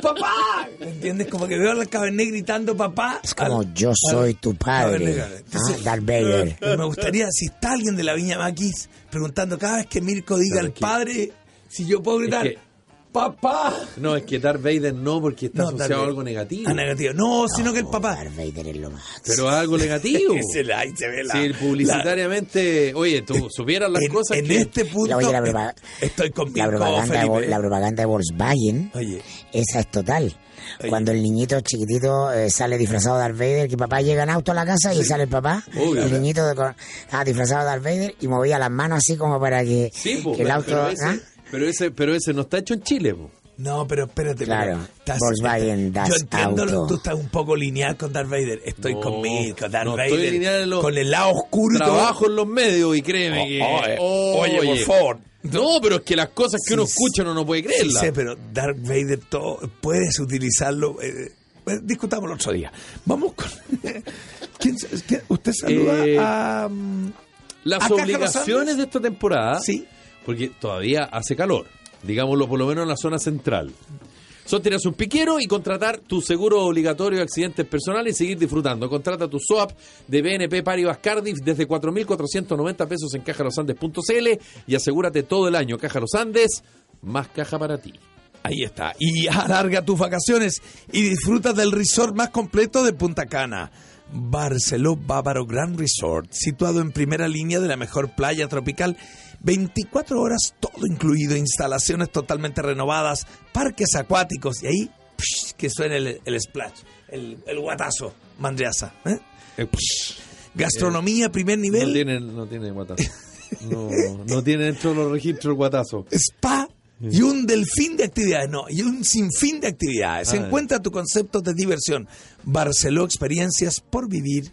Speaker 1: ¡Papá! ¿Me entiendes? Como que veo al Cabernet gritando papá.
Speaker 3: Es como
Speaker 1: al-
Speaker 3: yo soy
Speaker 1: al
Speaker 3: tu padre.
Speaker 1: Cabernet Cabernet.
Speaker 3: Ah,
Speaker 1: Entonces,
Speaker 3: Darth Vader.
Speaker 1: *laughs* me gustaría, si está alguien de la Viña Maquis preguntando cada vez que Mirko diga
Speaker 2: Claro,
Speaker 1: el
Speaker 2: que-
Speaker 1: padre, si yo puedo gritar,
Speaker 2: que-
Speaker 1: ¡Papá!
Speaker 2: No, es que Darth Vader no, porque está
Speaker 1: No,
Speaker 2: asociado
Speaker 1: Darth
Speaker 2: a algo
Speaker 1: Vader.
Speaker 2: negativo.
Speaker 1: Ah, negativo. No, sino que el
Speaker 3: No,
Speaker 1: papá.
Speaker 3: Darth Vader es lo más.
Speaker 1: *laughs*
Speaker 2: Pero algo negativo.
Speaker 1: Que se la- ahí se ve la-
Speaker 2: si publicitariamente, oye, tú supieras las
Speaker 1: en,
Speaker 2: cosas
Speaker 1: en
Speaker 2: que-
Speaker 1: este punto
Speaker 3: Oye, la propa-
Speaker 1: estoy con
Speaker 3: La
Speaker 1: mi
Speaker 3: propaganda, de, Vol-
Speaker 1: Felipe.
Speaker 3: la propaganda de Volkswagen,
Speaker 1: Oye,
Speaker 3: esa es total.
Speaker 1: Oye.
Speaker 3: Cuando el niñito chiquitito eh, sale disfrazado de Darth Vader, que papá llega en auto a la casa y sale el papá,
Speaker 2: Obvio.
Speaker 3: el niñito de con- ah, disfrazado de Darth Vader y movía las manos así como para que,
Speaker 2: Sí, po,
Speaker 3: que el auto...
Speaker 2: pero, ese,
Speaker 3: ¿ah?
Speaker 2: pero ese, pero ese no está hecho en Chile, po.
Speaker 1: no, pero espérate.
Speaker 3: Claro,
Speaker 1: pero estás-
Speaker 3: Volkswagen das
Speaker 1: Yo entiendo,
Speaker 3: auto.
Speaker 1: tú estás un poco lineal con Darth Vader. Estoy
Speaker 2: No,
Speaker 1: conmigo, con Darth
Speaker 2: no
Speaker 1: Vader.
Speaker 2: estoy lineal en lo-
Speaker 1: Con el lado oscuro y todo.
Speaker 2: Trabajo en los medios y créeme
Speaker 1: Oh,
Speaker 2: que.
Speaker 1: oh, eh, oye, por favor.
Speaker 2: No, pero es que las cosas que
Speaker 1: Sí,
Speaker 2: uno
Speaker 1: sí.
Speaker 2: escucha uno no puede
Speaker 1: Sí
Speaker 2: creerlas.
Speaker 1: sé, pero Darth Vader todo, puedes utilizarlo. eh, eh, discutámoslo otro día. Vamos con... *laughs* ¿Quién, se- quién- ¿Usted saluda
Speaker 2: Eh,
Speaker 1: a... mm, ah,
Speaker 2: Las
Speaker 1: Acá, Carlos
Speaker 2: obligaciones
Speaker 1: Andes.
Speaker 2: de esta temporada,
Speaker 1: Sí.
Speaker 2: porque todavía hace calor, digámoslo por lo menos en la zona central. Son tirarse un piquero y contratar tu seguro obligatorio de accidentes personales y seguir disfrutando. Contrata tu SOAP de BNP Paribas Cardiff desde 4.490 pesos en cajalosandes.cl y asegúrate todo el año. Caja Los Andes, más caja para ti.
Speaker 1: Ahí está. Y alarga tus vacaciones y disfruta del resort más completo de Punta Cana. Barceló Bávaro Grand Resort, situado en primera línea de la mejor playa tropical, 24 horas todo incluido, instalaciones totalmente renovadas, parques acuáticos y ahí psh, que suene el, el splash, el, el guatazo, mandriaza. ¿eh?
Speaker 2: Eh,
Speaker 1: Gastronomía primer
Speaker 2: No
Speaker 1: nivel,
Speaker 2: tiene, no tiene
Speaker 1: *laughs*
Speaker 2: guatazo. No, no tiene dentro de los registros el guatazo.
Speaker 1: spa y un delfín de actividades, no, y un sinfín de actividades.
Speaker 2: Ah,
Speaker 1: Encuentra tu concepto de diversión. Barceló Experiencias por vivir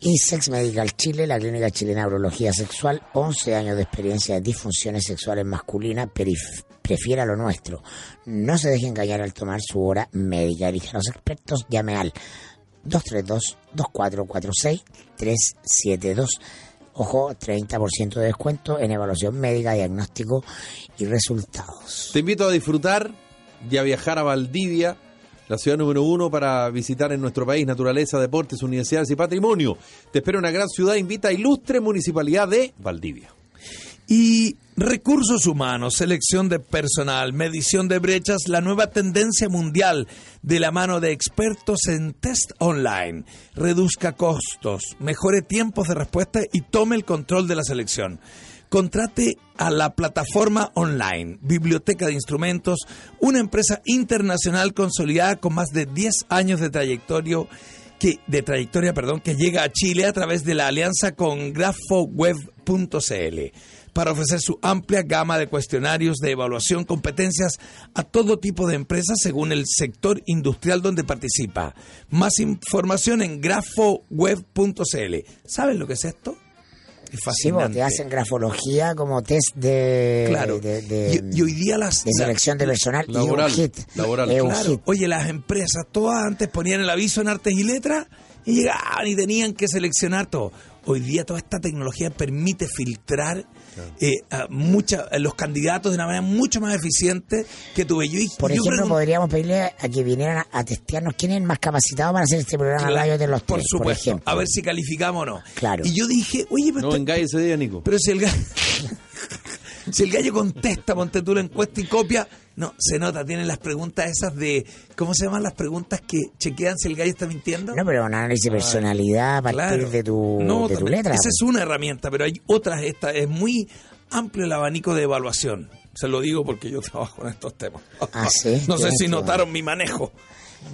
Speaker 3: Insex Medical Chile, la clínica chilena de urología sexual, 11 años de experiencia de disfunciones sexuales masculinas, perif- prefiera lo nuestro. No se deje engañar al tomar su hora médica. Elige a los expertos, llame al 232-2446-372. Ojo, 30% de descuento en evaluación médica, diagnóstico y resultados.
Speaker 2: Te invito a disfrutar y a viajar a Valdivia, la ciudad número uno para visitar en nuestro país naturaleza, deportes, universidades y patrimonio. Te espera una gran ciudad, invita a ilustre municipalidad de Valdivia.
Speaker 1: Y recursos humanos, selección de personal, medición de brechas, la nueva tendencia mundial de la mano de expertos en test online. Reduzca costos, mejore tiempos de respuesta y tome el control de la selección. Contrate a la plataforma online, Biblioteca de Instrumentos, una empresa internacional consolidada con más de 10 años de trayectoria que, de trayectoria perdón, que llega a Chile a través de la alianza con grafoweb.cl para ofrecer su amplia gama de cuestionarios de evaluación competencias a todo tipo de empresas según el sector industrial donde participa. Más información en grafoweb.cl. ¿Saben lo que es esto? Es
Speaker 3: Sí, porque
Speaker 1: fascinante.
Speaker 3: te hacen grafología como test de...
Speaker 1: Claro.
Speaker 3: de- de-
Speaker 1: y, y hoy día las...
Speaker 3: de selección de personal
Speaker 2: Laboral,
Speaker 3: y un hit.
Speaker 2: laboral,
Speaker 3: Es un
Speaker 1: Claro.
Speaker 3: hit.
Speaker 1: Oye, las empresas todas antes ponían el aviso en artes y letras y llegaban y tenían que seleccionar todo. Hoy día toda esta tecnología permite filtrar eh, a mucha- a los candidatos de una manera mucho más eficiente que tu bello. Y
Speaker 3: Por
Speaker 1: yo
Speaker 3: ejemplo,
Speaker 1: pregun-
Speaker 3: podríamos pedirle a que vinieran a, a testearnos quién es el más capacitado para hacer este programa
Speaker 1: Claro,
Speaker 3: radio de los
Speaker 1: por
Speaker 3: tres, por
Speaker 1: supuesto,
Speaker 3: ejemplo.
Speaker 1: a ver si calificamos o no.
Speaker 3: Claro.
Speaker 1: Y yo dije, oye, pero,
Speaker 2: No
Speaker 1: este-
Speaker 2: engañes ese día, Nico.
Speaker 1: pero si el gallo... *laughs* Si el gallo contesta, ponte tú la encuesta y copia, no, se nota, tienen las preguntas esas de, ¿cómo se llaman las preguntas que chequean si el gallo está mintiendo?
Speaker 3: No, pero un análisis de personalidad a partir
Speaker 1: Claro.
Speaker 3: de tu,
Speaker 1: No,
Speaker 3: de tu
Speaker 1: también.
Speaker 3: letra. pues.
Speaker 1: Esa es una herramienta, pero hay otras. Esta es muy amplio el abanico de evaluación. Se lo digo porque yo *laughs* trabajo en estos temas.
Speaker 3: Ah, ¿sí?
Speaker 1: *laughs* no sé
Speaker 3: Tienes
Speaker 1: si
Speaker 3: que-
Speaker 1: notaron mi manejo.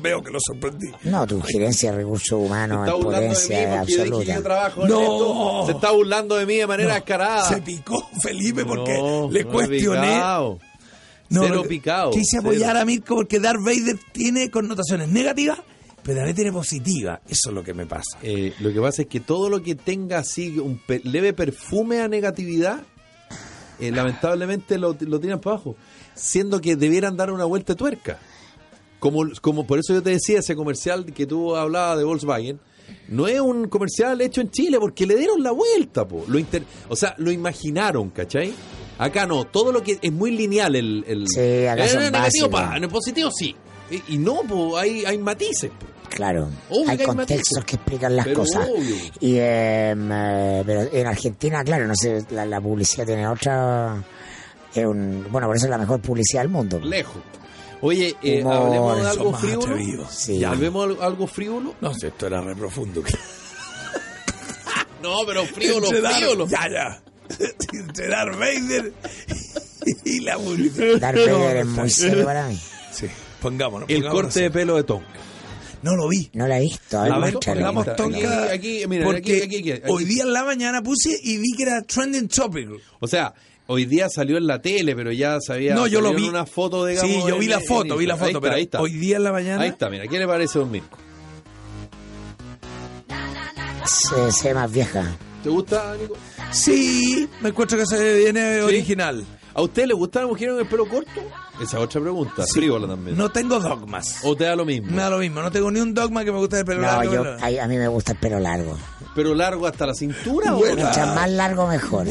Speaker 1: Veo que lo sorprendí.
Speaker 3: No, tu gerencia de recursos humanos
Speaker 2: Está
Speaker 3: en
Speaker 2: burlando de mí
Speaker 3: potencia
Speaker 2: porque yo dije que yo
Speaker 3: absoluta.
Speaker 2: trabajo en
Speaker 1: No.
Speaker 2: esto. Se está burlando de mí de manera descarada.
Speaker 1: Se picó Felipe porque
Speaker 2: No,
Speaker 1: le
Speaker 2: no he
Speaker 1: cuestioné.
Speaker 2: picado.
Speaker 1: No,
Speaker 2: Cero
Speaker 1: lo que-
Speaker 2: picado,
Speaker 1: Quise apoyar
Speaker 2: cero.
Speaker 1: a Mirko porque Darth Vader tiene connotaciones negativas, pero también tiene positivas. Eso es lo que me pasa.
Speaker 2: Eh, lo que pasa es que todo lo que tenga así un pe- leve perfume a negatividad, eh, lamentablemente lo, lo tiran para abajo, siendo que debieran dar una vuelta de tuerca. Como, como por eso yo te decía ese comercial que tú hablabas de Volkswagen, no es un comercial hecho en Chile porque le dieron la vuelta, po. Lo inter- o sea, lo imaginaron, ¿cachai? Acá no, todo lo que es muy lineal el... el
Speaker 3: Sí, acá
Speaker 2: Eh,
Speaker 3: son
Speaker 2: en el negativo,
Speaker 3: básicos.
Speaker 2: pa, en el positivo sí. Y, y no, po, hay, hay matices. po.
Speaker 3: Claro,
Speaker 2: Obvio
Speaker 3: hay
Speaker 2: que hay
Speaker 3: contextos
Speaker 2: matices,
Speaker 3: que explican las
Speaker 2: pero
Speaker 3: cosas.
Speaker 2: obvio.
Speaker 3: Y em, eh, pero en Argentina, claro, no sé, la, la publicidad tiene otra. es un- bueno, por eso es la mejor publicidad del mundo.
Speaker 2: Lejos. Oye, eh,
Speaker 3: Humor.
Speaker 2: hablemos de
Speaker 3: Son
Speaker 2: algo
Speaker 1: más
Speaker 2: frívolo.
Speaker 1: atrevidos.
Speaker 3: Sí.
Speaker 2: Ya, hablemos de algo- algo frívolo.
Speaker 1: No sé, esto era re profundo. *laughs*
Speaker 2: No, pero frívolo,
Speaker 1: Entre Darth-
Speaker 2: frívolo.
Speaker 1: Ya, ya. *laughs* Entre Darth Vader y la publicidad.
Speaker 3: Darth
Speaker 1: *laughs*
Speaker 3: Vader es muy serio para mí.
Speaker 1: Sí, pongámonos.
Speaker 2: El
Speaker 1: pongámonos
Speaker 2: corte de
Speaker 1: así.
Speaker 2: pelo de Tonka.
Speaker 1: No lo vi.
Speaker 3: No la he visto. A ver,
Speaker 1: A ver,
Speaker 3: muéstralo.
Speaker 1: pongamos
Speaker 2: Aquí,
Speaker 1: tonca.
Speaker 2: aquí, mira,
Speaker 1: porque
Speaker 2: aquí, aquí, aquí.
Speaker 1: Hoy día en la mañana puse y vi que era trending topic.
Speaker 2: O sea, hoy día salió en la tele, pero ya sabía.
Speaker 1: no, yo lo
Speaker 2: salieron
Speaker 1: vi.
Speaker 2: una foto, digamos.
Speaker 1: Sí, yo vi
Speaker 2: en-
Speaker 1: la
Speaker 2: en
Speaker 1: foto, vi la foto,
Speaker 2: Instagram. Ahí está,
Speaker 1: pero
Speaker 2: ahí está.
Speaker 1: hoy día en la mañana.
Speaker 2: Ahí está, mira, ¿qué le parece, don Mirko?
Speaker 3: Se, se ve más vieja.
Speaker 2: ¿Te gusta, Nico?
Speaker 1: Sí, me encuentro que se viene original.
Speaker 2: ¿A usted le gusta la mujer con el pelo corto? Esa es otra pregunta. Frívola también.
Speaker 1: No tengo dogmas.
Speaker 2: ¿O te da lo mismo?
Speaker 1: Me da lo mismo, no tengo ni un dogma que me guste de pelo
Speaker 3: No,
Speaker 1: largo,
Speaker 3: yo,
Speaker 1: pero-
Speaker 3: ay, a mí me gusta el pelo largo.
Speaker 2: pero largo hasta la cintura,
Speaker 1: Bueno.
Speaker 2: weón.
Speaker 3: Mientras más largo, mejor.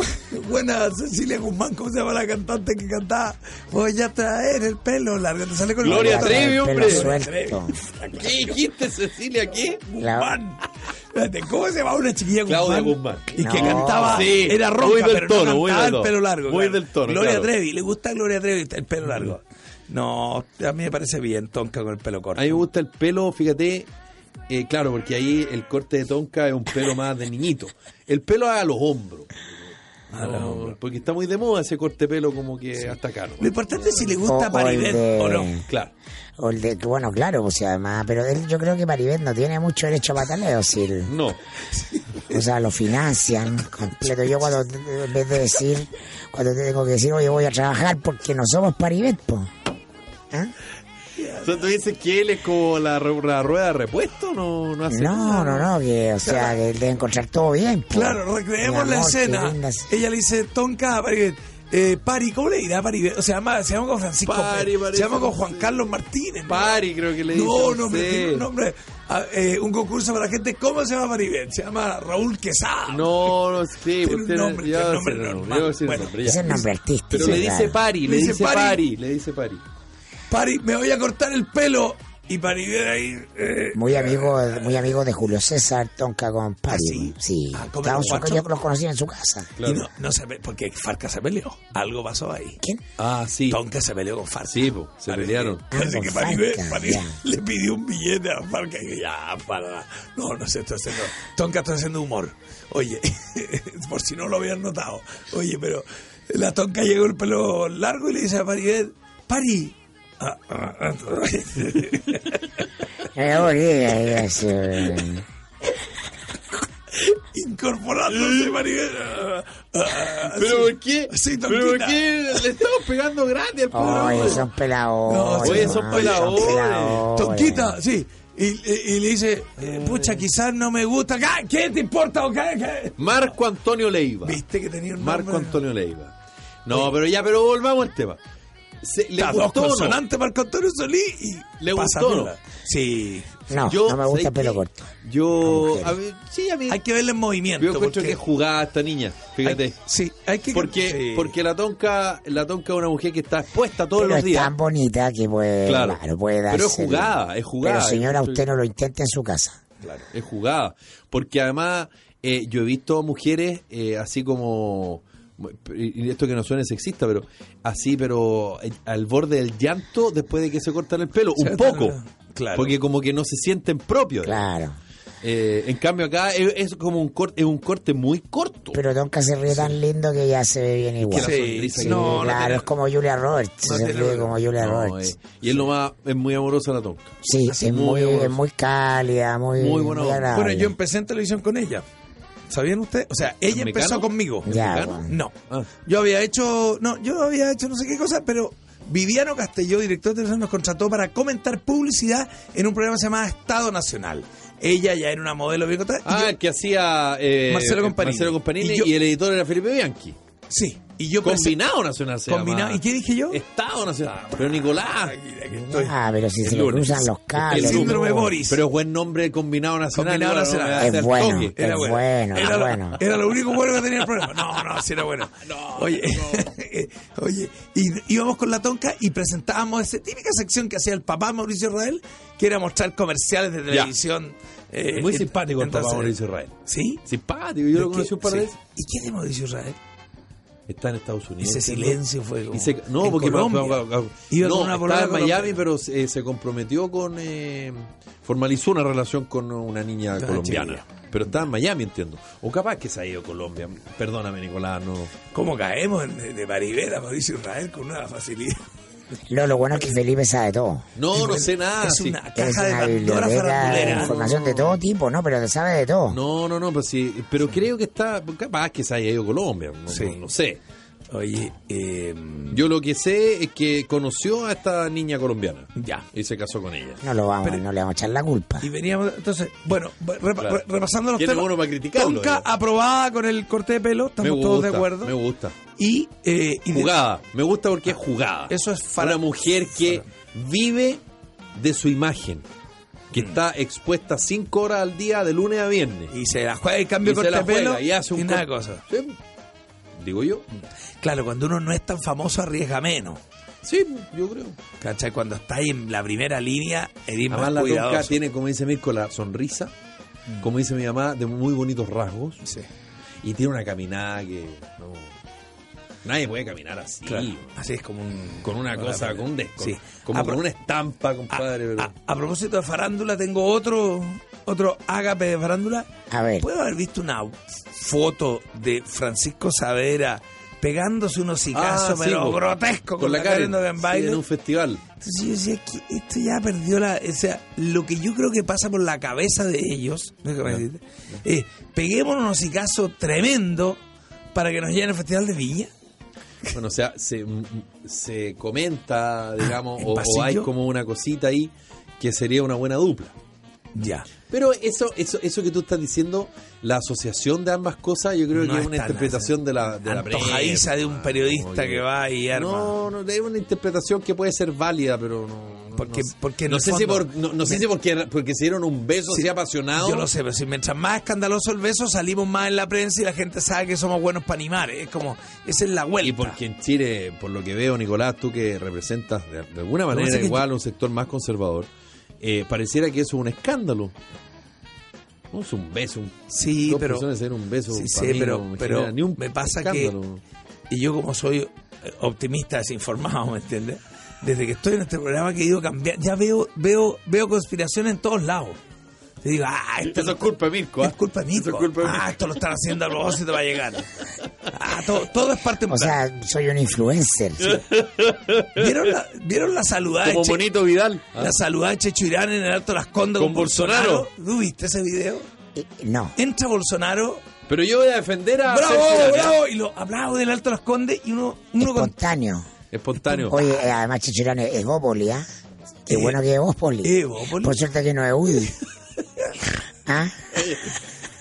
Speaker 1: Buena Cecilia Guzmán, ¿cómo se llama la cantante que cantaba? Voy a traer el pelo largo, te sale con
Speaker 2: Gloria
Speaker 1: el
Speaker 3: Voy a traer
Speaker 2: Trevi,
Speaker 3: el pelo
Speaker 2: hombre.
Speaker 3: suelto.
Speaker 2: ¿Qué dijiste, Cecilia? ¿Qué?
Speaker 3: La-
Speaker 1: Guzmán. Espérate, ¿Cómo se llama una chiquilla Guzmán?
Speaker 2: Claudia Guzmán.
Speaker 1: Y que
Speaker 3: No.
Speaker 1: cantaba,
Speaker 2: Sí,
Speaker 1: era ronca,
Speaker 2: muy del
Speaker 1: pero
Speaker 2: tono,
Speaker 1: no
Speaker 2: muy
Speaker 1: cantaba
Speaker 2: del tono.
Speaker 1: el pelo largo.
Speaker 2: Muy del tono,
Speaker 1: Gloria
Speaker 2: claro.
Speaker 1: Trevi, ¿le gusta a Gloria Trevi el pelo largo? No, a mí me parece bien, tonca con el pelo corto.
Speaker 2: A mí me gusta el pelo, fíjate, eh, claro, porque ahí el corte de tonca es un pelo más de niñito. El pelo a los hombros.
Speaker 1: A los
Speaker 2: No,
Speaker 1: hombros.
Speaker 2: Porque está muy de moda ese corte de pelo como que hasta acá. ¿no?
Speaker 1: Lo importante es si le gusta
Speaker 3: O- o
Speaker 1: Paribet
Speaker 3: el de-
Speaker 1: o no.
Speaker 2: Claro.
Speaker 3: O el de, bueno, claro, pues y además, pero él, yo creo que Paribet no tiene mucho derecho a pataleo, si el-
Speaker 1: *laughs*
Speaker 2: No.
Speaker 3: o sea, lo financian completo. Yo cuando, en vez de decir, cuando te tengo que decir, oye, voy a trabajar porque no somos ¿Eh? Paribet, pues.
Speaker 2: O sea, tú dices que él es como la, ru- la rueda de repuesto, no, no hace nada.
Speaker 3: No, no, no, que, o sea, que él debe encontrar todo bien. po.
Speaker 1: Claro, recreemos
Speaker 3: Mi
Speaker 1: la
Speaker 3: amor, qué
Speaker 1: escena.
Speaker 3: linda es-
Speaker 1: Ella le dice, tonca a Paribet. Eh, Pari, ¿cómo le dirá a Paribet? O sea, ama- se llama con Francisco.
Speaker 2: Pari,
Speaker 1: Pérez,
Speaker 2: parece,
Speaker 1: se llama con Juan
Speaker 2: sí.
Speaker 1: Carlos Martínez. ¿no?
Speaker 2: Pari, creo que le dice.
Speaker 1: No, no,
Speaker 2: sé.
Speaker 1: pero tiene un nombre. Ah, eh, un concurso para gente. ¿Cómo se llama Maribel? Se llama Raúl Quesada.
Speaker 2: No, no, sí,
Speaker 1: Tiene
Speaker 2: pues
Speaker 1: un
Speaker 2: tiene-
Speaker 1: nombre,
Speaker 2: ya
Speaker 1: tiene un
Speaker 2: va a ser
Speaker 1: nombre
Speaker 2: el nombre,
Speaker 1: normal.
Speaker 2: ya va a ser el
Speaker 1: Bueno,
Speaker 2: nombre, ya.
Speaker 3: Es el nombre artístico.
Speaker 2: Pero le dice
Speaker 3: claro.
Speaker 2: pari, le
Speaker 1: Le dice
Speaker 2: dice
Speaker 1: pari.
Speaker 2: pari, le dice pari.
Speaker 1: Pari, me voy a cortar el pelo. Y Maribel ahí. eh,
Speaker 3: Muy amigo, muy amigo de Julio César Tonca con Pari.
Speaker 1: sí?
Speaker 3: Sí.
Speaker 1: Ah, ¿cómo
Speaker 3: Estaba en
Speaker 1: lo
Speaker 3: su-
Speaker 1: guacho?
Speaker 3: yo los conocí en su casa.
Speaker 2: Claro.
Speaker 1: Y no, no se pe- porque Farca se peleó. Algo pasó ahí.
Speaker 3: ¿Quién?
Speaker 2: Ah, sí.
Speaker 1: Tonca se peleó con Farca.
Speaker 2: Sí, po, se
Speaker 1: Parece-
Speaker 2: pelearon.
Speaker 1: Parece
Speaker 3: Ah,
Speaker 1: que
Speaker 3: con
Speaker 1: Maribel,
Speaker 3: Farca,
Speaker 1: Maribel
Speaker 3: ya.
Speaker 1: le pidió un billete a Farca y dijo, ya, para. No, no sé, estoy haciendo. Tonka está haciendo humor. Oye, *laughs* por si no lo habían notado. Oye, pero la Tonka llegó el pelo largo y le dice a Maribel, Pari. Ah, ah, ah. *laughs*
Speaker 3: Eh, oye, *laughs* eh, eh, sí, eh.
Speaker 1: Incorporándose Maribel. Ah, ah, ah,
Speaker 2: Pero
Speaker 1: sí.
Speaker 2: ¿por qué?
Speaker 1: Sí,
Speaker 2: pero ¿por
Speaker 1: Tonquita.
Speaker 2: qué le estamos pegando grande al
Speaker 3: Oye,
Speaker 2: programa?
Speaker 3: son pelados.
Speaker 1: No, sí,
Speaker 2: Oye, son peladores.
Speaker 1: Tonquita, sí. Y, y- y le dice, eh, pucha, quizás no me gusta. ¿Qué, ¿Qué te importa? ¿O qué, qué?
Speaker 2: Marco Antonio Leiva.
Speaker 1: Viste que tenía un
Speaker 2: Marco
Speaker 1: nombre?
Speaker 2: Antonio Leiva. No, pero ya, pero volvamos al tema. Se- ¿Le
Speaker 1: Las dos
Speaker 2: gustó o no?
Speaker 1: consonantes Marco Antonio Solí y
Speaker 2: ¿Le
Speaker 1: pasa
Speaker 2: gustó?
Speaker 1: piola. Sí.
Speaker 3: No, no me gusta
Speaker 2: ¿sabes
Speaker 3: el pelo
Speaker 2: qué?
Speaker 3: corto.
Speaker 2: Yo,
Speaker 3: mujeres.
Speaker 2: a ver, sí, a mí.
Speaker 1: Hay que verle en
Speaker 2: yo
Speaker 1: movimiento.
Speaker 2: encuentro
Speaker 1: Porque,
Speaker 2: que es jugada esta niña, fíjate.
Speaker 1: hay- sí, hay que
Speaker 2: porque
Speaker 1: sí.
Speaker 2: porque la tonca la tonca es una mujer que está expuesta todos
Speaker 3: Pero
Speaker 2: los
Speaker 3: es
Speaker 2: días.
Speaker 3: tan bonita que puede,
Speaker 2: Claro.
Speaker 3: claro. puede
Speaker 2: Pero es
Speaker 3: dárselo.
Speaker 2: jugada, es jugada.
Speaker 3: Pero señora,
Speaker 2: Yo estoy-
Speaker 3: usted no lo intente en su casa.
Speaker 2: Claro, es jugada. Porque además eh, yo he visto mujeres eh, así como, y esto que no suene sexista, pero así, pero eh, al borde del llanto después de que se cortan el pelo,
Speaker 1: Se
Speaker 2: un
Speaker 1: cortan
Speaker 2: poco.
Speaker 1: el- claro.
Speaker 2: Porque como que no se sienten propios.
Speaker 3: Claro.
Speaker 2: Eh, en cambio acá es, es como un corte, es un corte muy corto.
Speaker 3: Pero Tonka se ríe tan lindo que ya se ve bien igual.
Speaker 2: la
Speaker 1: Sí,
Speaker 2: sonrisa
Speaker 3: Sí,
Speaker 2: que-
Speaker 1: no, no
Speaker 3: claro,
Speaker 1: tiene-
Speaker 3: es como Julia Roberts.
Speaker 1: no
Speaker 3: se
Speaker 1: tiene-
Speaker 3: ríe como Julia
Speaker 2: no,
Speaker 3: Roberts.
Speaker 2: eh, y es lo más, es muy amorosa la tonca.
Speaker 3: sí, es
Speaker 2: muy
Speaker 3: muy,
Speaker 2: amorosa.
Speaker 3: es muy cálida, muy,
Speaker 2: Muy buena onda.
Speaker 3: agradable.
Speaker 1: Bueno, yo em- empecé en televisión con ella. ¿Sabían ustedes? O sea, ella
Speaker 2: ¿En
Speaker 1: empezó
Speaker 2: Mecano?
Speaker 1: conmigo.
Speaker 3: Ya,
Speaker 2: mexicano?
Speaker 3: bueno.
Speaker 1: No.
Speaker 2: Ah.
Speaker 1: Yo había hecho. No, yo había hecho no sé qué cosa, pero Viviano Castelló, director de televisión, nos contrató para comentar publicidad en un programa llamado Estado Nacional. Ella ya era una modelo bien contratada, y
Speaker 2: Ah,
Speaker 1: yo-
Speaker 2: el que hacía eh,
Speaker 1: Marcelo Companini.
Speaker 2: Marcelo Companini,
Speaker 1: Y yo-
Speaker 2: y el editor era Felipe Bianchi.
Speaker 1: sí. Y yo pensé-
Speaker 2: Combinado Nacional eh, se Eh,
Speaker 1: Combinado.
Speaker 2: llama.
Speaker 1: ¿Y qué dije yo?
Speaker 2: Estado Nacional. Pero Nicolás.
Speaker 1: Aquí, aquí estoy.
Speaker 3: Ah, pero si
Speaker 2: El
Speaker 3: se le
Speaker 2: lunes.
Speaker 3: cruzan los
Speaker 1: El
Speaker 3: cables.
Speaker 1: síndrome
Speaker 3: no.
Speaker 1: Boris.
Speaker 2: Pero es buen nombre de Combinado Nacional.
Speaker 1: Combinado
Speaker 2: igual,
Speaker 1: Nacional.
Speaker 2: no me hace
Speaker 3: Es
Speaker 2: al
Speaker 3: bueno.
Speaker 2: toque.
Speaker 3: Es bueno,
Speaker 1: era,
Speaker 3: es
Speaker 1: lo-
Speaker 3: bueno.
Speaker 1: era lo único bueno que tenía el programa. No, *laughs* no, sí era bueno. oye, eh, *laughs* oye, y íbamos con la tonca y presentábamos esa típica sección que hacía el papá Mauricio Israel, que era mostrar comerciales de televisión. eh,
Speaker 2: Muy
Speaker 1: en-
Speaker 2: simpático el papá
Speaker 1: entonces-
Speaker 2: Mauricio Israel.
Speaker 1: ¿Sí?
Speaker 2: Simpático, yo
Speaker 1: ¿De
Speaker 2: lo conocí
Speaker 1: qué?
Speaker 2: un par de
Speaker 1: Sí.
Speaker 2: veces.
Speaker 1: ¿Y qué de Mauricio Israel?
Speaker 2: Está en Estados Unidos.
Speaker 1: Ese
Speaker 2: ¿cierto?
Speaker 1: silencio fue como-
Speaker 2: Y se- no,
Speaker 1: en
Speaker 2: porque
Speaker 1: Colombia. Iba
Speaker 2: no,
Speaker 1: con una
Speaker 2: estaba
Speaker 1: polola
Speaker 2: en Miami,
Speaker 1: colombiana.
Speaker 2: pero eh, se comprometió con. eh, formalizó una relación con una niña
Speaker 1: Una
Speaker 2: colombiana.
Speaker 1: chiquilla.
Speaker 2: Pero está en Miami, entiendo. O capaz que se ha ido a Colombia. Perdóname, Nicolás. No.
Speaker 1: ¿Cómo caemos en- de, de Maribel a Mauricio Israel con una facilidad?
Speaker 3: No, lo bueno es que Felipe sabe todo.
Speaker 2: No, no sé nada.
Speaker 1: Es
Speaker 2: sí.
Speaker 1: una
Speaker 3: Es
Speaker 1: caja de
Speaker 3: una
Speaker 1: Pandora
Speaker 3: biblioteca de
Speaker 1: farandulera.
Speaker 3: información de todo tipo, ¿no? Pero sabe de todo.
Speaker 2: No, no, no, pero sí, pero creo que está, capaz que se haya ido a Colombia, no,
Speaker 1: Sí.
Speaker 2: no- no sé.
Speaker 1: Oye, eh,
Speaker 2: Yo lo que sé es que conoció a esta niña colombiana
Speaker 1: Ya.
Speaker 2: y se casó con ella.
Speaker 3: No lo vamos,
Speaker 1: Pero-
Speaker 3: no le vamos a echar la culpa.
Speaker 1: Y veníamos, entonces, bueno, repa-
Speaker 2: Claro.
Speaker 1: re- repasando los
Speaker 2: Tiene
Speaker 1: temas.
Speaker 2: uno para criticarlo,
Speaker 1: Tonka
Speaker 2: digamos.
Speaker 1: aprobada con el corte de pelo,
Speaker 2: Me
Speaker 1: estamos
Speaker 2: gusta,
Speaker 1: todos de acuerdo.
Speaker 2: me gusta.
Speaker 1: Y, eh, y de- Ah,
Speaker 2: Jugada, me gusta porque es jugada.
Speaker 1: Eso es fara-
Speaker 2: Una mujer que vive de su imagen. que está expuesta cinco horas al día de lunes a viernes.
Speaker 1: Mm. Y se la juega y cambio
Speaker 2: Y
Speaker 1: corte
Speaker 2: se la
Speaker 1: de pelo
Speaker 2: juega y hace un
Speaker 1: nada de
Speaker 2: cor-
Speaker 1: cosa.
Speaker 2: Sí, Digo yo.
Speaker 1: Mm. Claro, cuando uno no es tan famoso arriesga menos.
Speaker 2: Sí, yo creo.
Speaker 1: ¿Cachai? Cuando está ahí en la primera línea, eres
Speaker 2: Además
Speaker 1: más
Speaker 2: la tonca
Speaker 1: cuidadoso. Mm.
Speaker 2: tiene, como dice Mirko, la sonrisa, como dice mi mamá, de muy bonitos rasgos.
Speaker 1: Sí,
Speaker 2: Y tiene una caminada que no, nadie puede caminar así.
Speaker 1: claro. Así es como un...
Speaker 2: Con una cosa, con un desco.
Speaker 1: Sí.
Speaker 2: Como
Speaker 1: Ah,
Speaker 2: con
Speaker 1: pero- ah,
Speaker 2: una estampa,
Speaker 1: A,
Speaker 2: compadre. pero-
Speaker 1: a- a propósito de farándula, tengo otro otro ágape de farándula.
Speaker 3: A ver.
Speaker 1: ¿Puedo haber visto una foto de Francisco Savera pegándose unos
Speaker 2: Ah,
Speaker 1: sicazos,
Speaker 2: sí,
Speaker 1: pero
Speaker 2: po.
Speaker 1: grotesco, con, la
Speaker 2: Karen.
Speaker 1: Karen en
Speaker 2: Sí,
Speaker 1: baile?
Speaker 2: en un festival.
Speaker 1: Entonces yo decía, "¿Qué? esto ya perdió la... O sea, lo que yo creo que pasa por la cabeza de ellos, déjame decirte, es, peguémonos y caso tremendo para que nos lleven al Festival de Viña.
Speaker 2: Bueno, o sea, se, se comenta, digamos,
Speaker 1: ¿en
Speaker 2: o, o
Speaker 1: pasillo?
Speaker 2: hay como una cosita ahí que sería una buena dupla.
Speaker 1: Ya.
Speaker 2: Pero eso, eso, eso que tú estás diciendo, la asociación de ambas cosas, yo creo
Speaker 1: No
Speaker 2: que es
Speaker 1: es
Speaker 2: una
Speaker 1: tan
Speaker 2: interpretación de la, de la
Speaker 1: Antojadiza
Speaker 2: prensa,
Speaker 1: de un periodista
Speaker 2: como
Speaker 1: que va y arma.
Speaker 2: Ah, No, no, es una interpretación que puede ser válida, pero no. no-
Speaker 1: Porque-
Speaker 2: no sé.
Speaker 1: porque en
Speaker 2: no
Speaker 1: el
Speaker 2: sé si
Speaker 1: fondo-
Speaker 2: por- no, no sé si porque, porque se dieron un beso
Speaker 1: Sí,
Speaker 2: así apasionado.
Speaker 1: Yo lo sé, pero si mientras más escandaloso el beso, salimos más en la prensa y la gente sabe que somos buenos para animar. ¿eh? Es como, esa es la vuelta.
Speaker 2: Y porque en Chile, por lo que veo, Nicolás, tú que representas de, de alguna
Speaker 1: que pasa
Speaker 2: manera
Speaker 1: es que
Speaker 2: igual un sector más conservador, eh, pareciera que eso es un escándalo. No es un beso. un-
Speaker 1: Sí,
Speaker 2: dos
Speaker 1: pero-
Speaker 2: personas se dieron un beso.
Speaker 1: Sí,
Speaker 2: para
Speaker 1: sí,
Speaker 2: mí
Speaker 1: pero-
Speaker 2: no me
Speaker 1: pero
Speaker 2: genera ni un
Speaker 1: me pasa que-
Speaker 2: escándalo.
Speaker 1: Y yo como soy eh, optimista desinformado, ¿me entiendes? Desde que estoy en este programa que he ido cambiando, ya veo, veo, veo conspiraciones en todos lashows. Y digo, ah, esto
Speaker 2: Eso es culpa de Mirko. ¿ah?
Speaker 1: es culpa de mí.
Speaker 2: Eso es culpa de
Speaker 1: Ah,
Speaker 2: Mirko.
Speaker 1: esto lo están haciendo a propósito para llegar. Ah, todo, todo es parte en
Speaker 3: O sea, soy un influencer.
Speaker 1: *laughs* ¿Vieron la, vieron la saludada de
Speaker 2: Como
Speaker 1: Che-
Speaker 2: Monito Vidal. ¿ah?
Speaker 1: la saludada de Checho Irán en el Alto Las Condes
Speaker 2: Con
Speaker 1: con,
Speaker 2: Bolsonaro.
Speaker 1: Bolsonaro? ¿Tú viste ese video?
Speaker 3: Eh, No.
Speaker 1: Entra Bolsonaro,
Speaker 2: Pero yo voy a defender a.
Speaker 1: bravo,
Speaker 2: Sergio Irán, ¿eh?
Speaker 1: bravo, y lo aplaude del Alto Las Condes y uno, uno con-
Speaker 3: Espontáneo.
Speaker 2: Espontáneo.
Speaker 3: Oye, eh, además Chichirán es es Bópoli, ¿ah? Qué
Speaker 1: Eh,
Speaker 3: bueno que es Bópoli.
Speaker 1: Evópolis.
Speaker 3: Por suerte que no es
Speaker 1: *laughs*
Speaker 3: UDI. ¿Ah?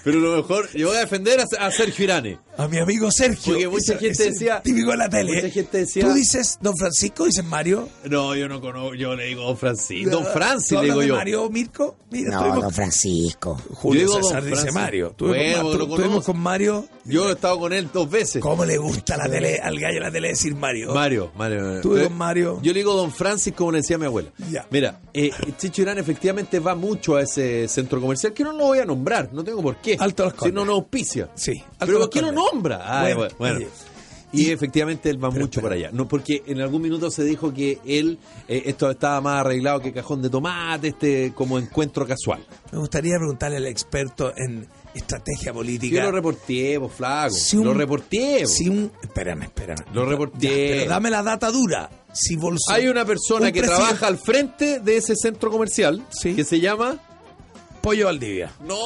Speaker 2: Pero lo mejor, yo voy a defender a, a Sergio Irane.
Speaker 1: A mi amigo Sergio.
Speaker 2: Porque mucha gente
Speaker 1: es
Speaker 2: decía-
Speaker 1: Típico de la tele.
Speaker 2: mucha
Speaker 1: ¿eh?
Speaker 2: gente decía-
Speaker 1: Tú dices Don Francisco, dices Mario. Ah,
Speaker 2: No, yo no conozco, yo le digo Don Francis. Don Francis,
Speaker 1: ¿Tú
Speaker 2: le
Speaker 1: hablas
Speaker 2: digo
Speaker 1: de
Speaker 2: yo.
Speaker 1: Mario Mirko? Mira,
Speaker 3: No,
Speaker 1: estuvimos-
Speaker 3: don Francisco.
Speaker 1: Julio
Speaker 2: Yo digo
Speaker 1: César
Speaker 2: don
Speaker 1: dice
Speaker 2: Francis.
Speaker 1: Mario. Estuvimos
Speaker 2: Bueno,
Speaker 1: con-
Speaker 2: lo
Speaker 1: tu- estuvimos
Speaker 2: conozco.
Speaker 1: con Mario.
Speaker 2: Yo he estado con él dos veces.
Speaker 1: ¿Cómo le gusta la tele, al gallo de la tele decir Mario?
Speaker 2: Mario, Mario.
Speaker 1: Estuve
Speaker 2: Yo-
Speaker 1: con Mario.
Speaker 2: Yo le digo Don Francis, como le decía mi abuela.
Speaker 1: Ya.
Speaker 2: Mira, eh, Chicho Irán efectivamente va mucho a ese centro comercial, que no lo voy a nombrar, no tengo por qué.
Speaker 1: Alto Las
Speaker 2: Si
Speaker 1: Condes.
Speaker 2: no, no auspicia.
Speaker 1: Sí, Alto
Speaker 2: Pero
Speaker 1: Las
Speaker 2: ¿por qué lo
Speaker 1: Condes.
Speaker 2: nombra? Ah,
Speaker 1: Bueno,
Speaker 2: bueno. bueno.
Speaker 1: oye.
Speaker 2: Y, efectivamente él va
Speaker 1: Pero,
Speaker 2: mucho
Speaker 1: pero-
Speaker 2: para allá. No, porque en algún minuto se dijo que él, eh, esto estaba más arreglado que cajón de tomate, este como encuentro casual.
Speaker 1: Me gustaría preguntarle al experto en estrategia
Speaker 2: Yo
Speaker 1: política.
Speaker 2: lo reporté, vos, flaco.
Speaker 1: Si un-
Speaker 2: lo reporté. vos.
Speaker 1: si un, espérame, espérame.
Speaker 2: Lo reporté.
Speaker 1: Ya, pero dame la data dura. Si Bolsonaro.
Speaker 2: Hay una persona
Speaker 1: un
Speaker 2: que
Speaker 1: presidente-
Speaker 2: trabaja al frente de ese centro comercial
Speaker 1: Sí.
Speaker 2: que se llama.
Speaker 1: Pollo Valdivia.
Speaker 2: No,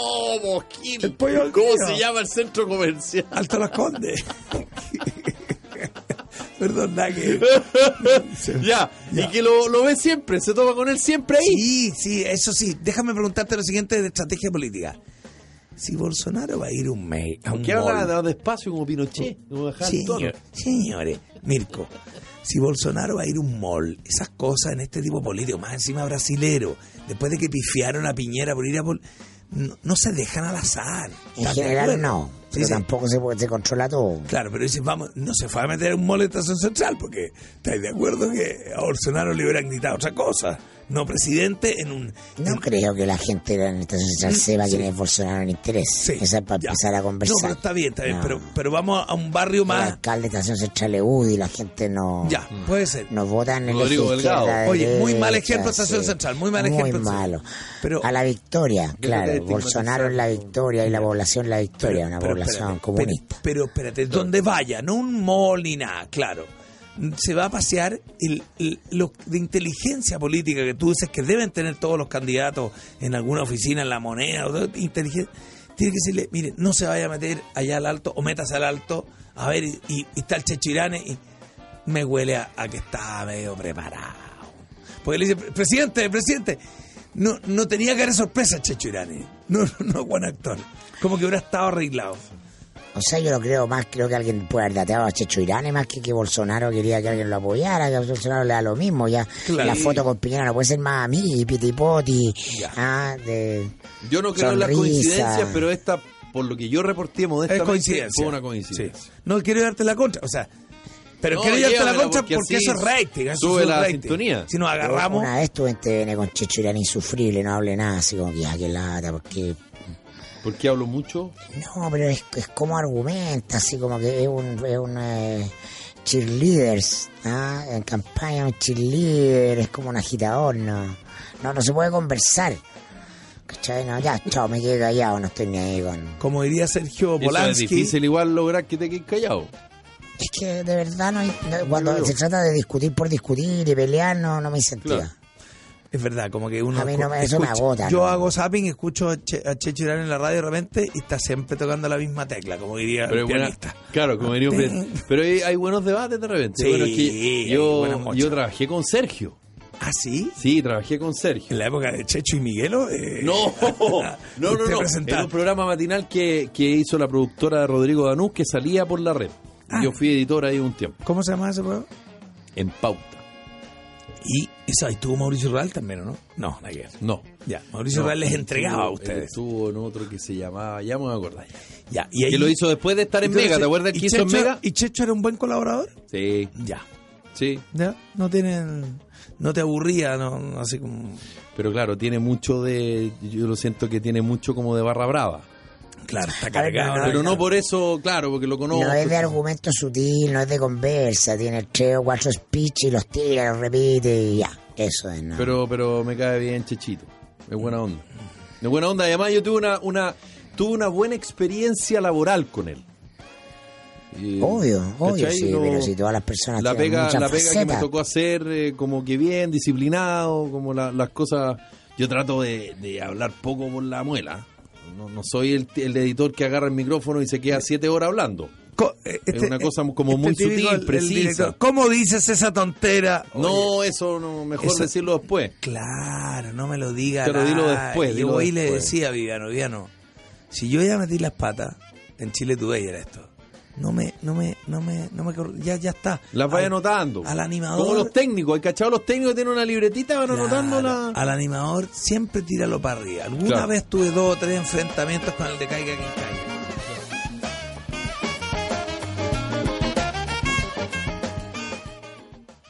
Speaker 2: Mosquín.
Speaker 1: El pollo al
Speaker 2: ¿Cómo
Speaker 1: día.
Speaker 2: se llama el
Speaker 1: *laughs*
Speaker 2: centro comercial?
Speaker 1: Alto las Condes. Perdón, nada que-
Speaker 2: *laughs* ya. y que lo, lo ve siempre, se toma con él siempre ahí.
Speaker 1: Sí, sí, eso sí. Déjame preguntarte lo siguiente de estrategia política. Si Bolsonaro va a ir un mail a un
Speaker 2: Que
Speaker 1: mall-
Speaker 2: habla despacio como Pinochet. Como bajar el tono.
Speaker 1: Señor- señores, Mirko, si Bolsonaro va a ir a un mall, esas cosas en este tipo político, más encima brasilero, después de que pifiaron a Piñera por ir a Bol- no, no se dejan al azar.
Speaker 3: En
Speaker 1: ¿Estás de
Speaker 3: general
Speaker 1: acuerdo?
Speaker 3: no.
Speaker 1: Sí,
Speaker 3: Pero
Speaker 1: sí.
Speaker 3: tampoco se, puede- se controla todo.
Speaker 1: Claro, pero dices, vamos, no se fue a meter un mole en Estación Central, porque estáis de acuerdo que a Bolsonaro le hubieran gritado otra cosa. No presidente en un.
Speaker 3: No
Speaker 1: en-
Speaker 3: creo que la gente de la estación central sepa quién es Bolsonaro en interés.
Speaker 1: Sí,
Speaker 3: Esa es para
Speaker 1: ya.
Speaker 3: empezar a conversar.
Speaker 1: No, pero está bien, está bien,
Speaker 3: No.
Speaker 1: pero, pero vamos a un barrio
Speaker 3: El
Speaker 1: más.
Speaker 3: alcalde de estación central es UDI, la gente no.
Speaker 1: Ya, puede ser.
Speaker 3: Nos votan en el
Speaker 2: Rodrigo
Speaker 3: eje izquierda,
Speaker 2: Delgado.
Speaker 1: Oye, muy mal
Speaker 3: derecha,
Speaker 1: ejemplo Estación Central, muy mal ejemplo.
Speaker 3: Muy malo.
Speaker 1: Pero-
Speaker 3: a la victoria,
Speaker 2: creo que este
Speaker 3: claro.
Speaker 2: estigmatizar-
Speaker 3: Bolsonaro es la victoria y la población la victoria, una población
Speaker 1: espérate,
Speaker 3: comunista.
Speaker 1: Pero, pero espérate, donde vaya, no un mall ni nada, claro. Se va a pasear el, el- lo de inteligencia política que tú dices que deben tener todos los candidatos en alguna oficina, en la moneda, o todo, inteligen- Tiene que decirle, mire, no se vaya a meter allá al alto o métase al alto, a ver, y, y está el Chechirane y me huele a, a que está medio preparado. Porque le dice, "Pre- presidente, presidente, no, no tenía cara de sorpresa Checho Irane. No, no, no, buen actor. Como que hubiera estado arreglado.
Speaker 3: O sea, yo lo creo más, creo que alguien puede haber dateado a Checho Irane más que que Bolsonaro quería que alguien lo apoyara, que a Bolsonaro le da lo mismo, ya
Speaker 2: Claro.
Speaker 3: la foto con Piñera no puede ser más a mí, pitipoti,
Speaker 2: Ya.
Speaker 3: ah, de...
Speaker 2: Yo no creo en las
Speaker 3: Sonrisa.
Speaker 2: coincidencias, pero esta, por lo que yo reporté
Speaker 1: Es
Speaker 2: modestamente,
Speaker 1: coincidencia.
Speaker 2: fue una coincidencia.
Speaker 1: Sí. No quiero darte la contra, o sea, pero
Speaker 2: No,
Speaker 1: quiero darte la
Speaker 2: llévamela,
Speaker 1: contra porque,
Speaker 2: porque así
Speaker 1: eso es rating, eso
Speaker 2: sube
Speaker 1: es
Speaker 2: la
Speaker 1: rating.
Speaker 2: sintonía.
Speaker 1: Si nos agarramos,
Speaker 3: Una vez estuve en TVN con Checho Irane insufrible, no hable nada, así como que ya, que lata, porque...
Speaker 2: Porque hablo mucho.
Speaker 3: No, pero es, es como argumenta, así como que es un, es un eh, cheerleaders, ¿ah? en campaña un cheerleader, es como un agitador, ¿no? No, no se puede conversar. ¿Cachai? No, ya, chao, me quedé callado, no estoy ni ahí con...
Speaker 1: como diría Sergio
Speaker 2: Eso es
Speaker 1: Polanski,
Speaker 2: difícil igual lograr que te quedes callado.
Speaker 3: Es que de verdad, no hay- no- cuando se trata de discutir por discutir y pelear, no, no me incentiva.
Speaker 2: Claro.
Speaker 1: es verdad, como que uno...
Speaker 3: A mí no me-
Speaker 1: escu-
Speaker 3: eso me agota,
Speaker 1: Yo
Speaker 3: ¿no?
Speaker 1: hago zapping, escucho a, che, a Checho Irán en la radio de repente y está siempre tocando la misma tecla, como diría
Speaker 2: Pero
Speaker 1: el
Speaker 2: es buena-
Speaker 1: pianista.
Speaker 2: claro, como venía un pianista. Pero hay, hay buenos debates de repente.
Speaker 1: Sí,
Speaker 2: Bueno, es que
Speaker 1: hay buenas
Speaker 2: yo,
Speaker 1: mochas.
Speaker 2: yo trabajé con Sergio.
Speaker 1: ¿Ah, sí?
Speaker 2: Sí, trabajé con Sergio.
Speaker 1: En la época de Checho y Miguelo... eh,
Speaker 2: *laughs*
Speaker 1: *laughs*
Speaker 2: No, no, no,
Speaker 1: te
Speaker 2: no.
Speaker 1: presentaba.
Speaker 2: Era un programa matinal que, que hizo la productora de Rodrigo Danús que salía por la red.
Speaker 1: Ah.
Speaker 2: Yo fui editor ahí un tiempo,
Speaker 1: ¿Cómo se llama ese programa?
Speaker 2: en pauta.
Speaker 1: Y eso, ahí estuvo Mauricio Real también, ¿o no? No, nada que ver.
Speaker 2: No.
Speaker 1: Ya, Mauricio
Speaker 2: No,
Speaker 1: Real les
Speaker 2: él
Speaker 1: entregaba a
Speaker 2: estuvo- él
Speaker 1: ustedes.
Speaker 2: Estuvo en otro que se llamaba, ya me voy a acordar.
Speaker 1: Ya, y ahí-
Speaker 2: Que lo hizo después de estar en Mega, ¿te acuerdas
Speaker 1: ¿Y
Speaker 2: que hizo en
Speaker 1: Checho-
Speaker 2: Mega?
Speaker 1: ¿Y Checho era un buen colaborador?
Speaker 2: Sí,
Speaker 1: Ya.
Speaker 2: sí.
Speaker 1: Ya, no tienen. No te aburría, no, no así como.
Speaker 2: Pero claro, tiene mucho de, yo lo siento que tiene mucho como de barra brava.
Speaker 1: Claro,
Speaker 2: *laughs*
Speaker 1: está
Speaker 3: ver,
Speaker 1: cargado.
Speaker 3: no,
Speaker 1: pero
Speaker 2: Pero no por eso, claro, porque lo conozco.
Speaker 3: No es de argumento sutil, no es de conversa, tiene tres o cuatro speech y los tira, los repite y ya. Eso es, ¿no?
Speaker 2: Pero, pero me cae bien Chechito. Es buena onda. Es buena onda. Además, yo tuve una, una, tuve una buena experiencia laboral con él. Y-
Speaker 3: obvio, obvio,
Speaker 2: ¿cachai?
Speaker 3: sí,
Speaker 2: No-
Speaker 3: pero si todas las
Speaker 1: Ah,
Speaker 3: personas
Speaker 2: la
Speaker 3: tienen
Speaker 2: pega,
Speaker 3: muchas
Speaker 2: la pega que me
Speaker 3: facetas.
Speaker 2: tocó hacer eh, como que bien, disciplinado, como la- las cosas... Yo trato de, de hablar poco por la muela. No, no soy el, el editor que agarra el micrófono y se queda siete horas hablando.
Speaker 1: Co- eh, este-
Speaker 2: una cosa como muy
Speaker 1: típico
Speaker 2: sutil,
Speaker 1: el- el
Speaker 2: precisa.
Speaker 1: director, ¿Cómo dices esa tontera? Oye,
Speaker 2: No, eso no, mejor
Speaker 1: Eso-
Speaker 2: decirlo después.
Speaker 1: Claro, no me lo digas.
Speaker 2: Pero dilo después,
Speaker 1: Yo
Speaker 2: dilo
Speaker 1: voy y le
Speaker 2: después.
Speaker 1: decía a Viviano, Viviano, si yo ya metí las patas, en Chile Today era esto. No me, no me, no me, no me, cor- ya, ya está.
Speaker 2: Las vaya
Speaker 1: Al-
Speaker 2: anotando.
Speaker 1: Al animador.
Speaker 2: Como los técnicos, el cachado los técnicos tienen una libretita, van
Speaker 1: Claro,
Speaker 2: anotando la...
Speaker 1: Al animador siempre tíralo para arriba. Alguna
Speaker 2: Claro.
Speaker 1: vez tuve dos o tres enfrentamientos con el de Caiga Quintana.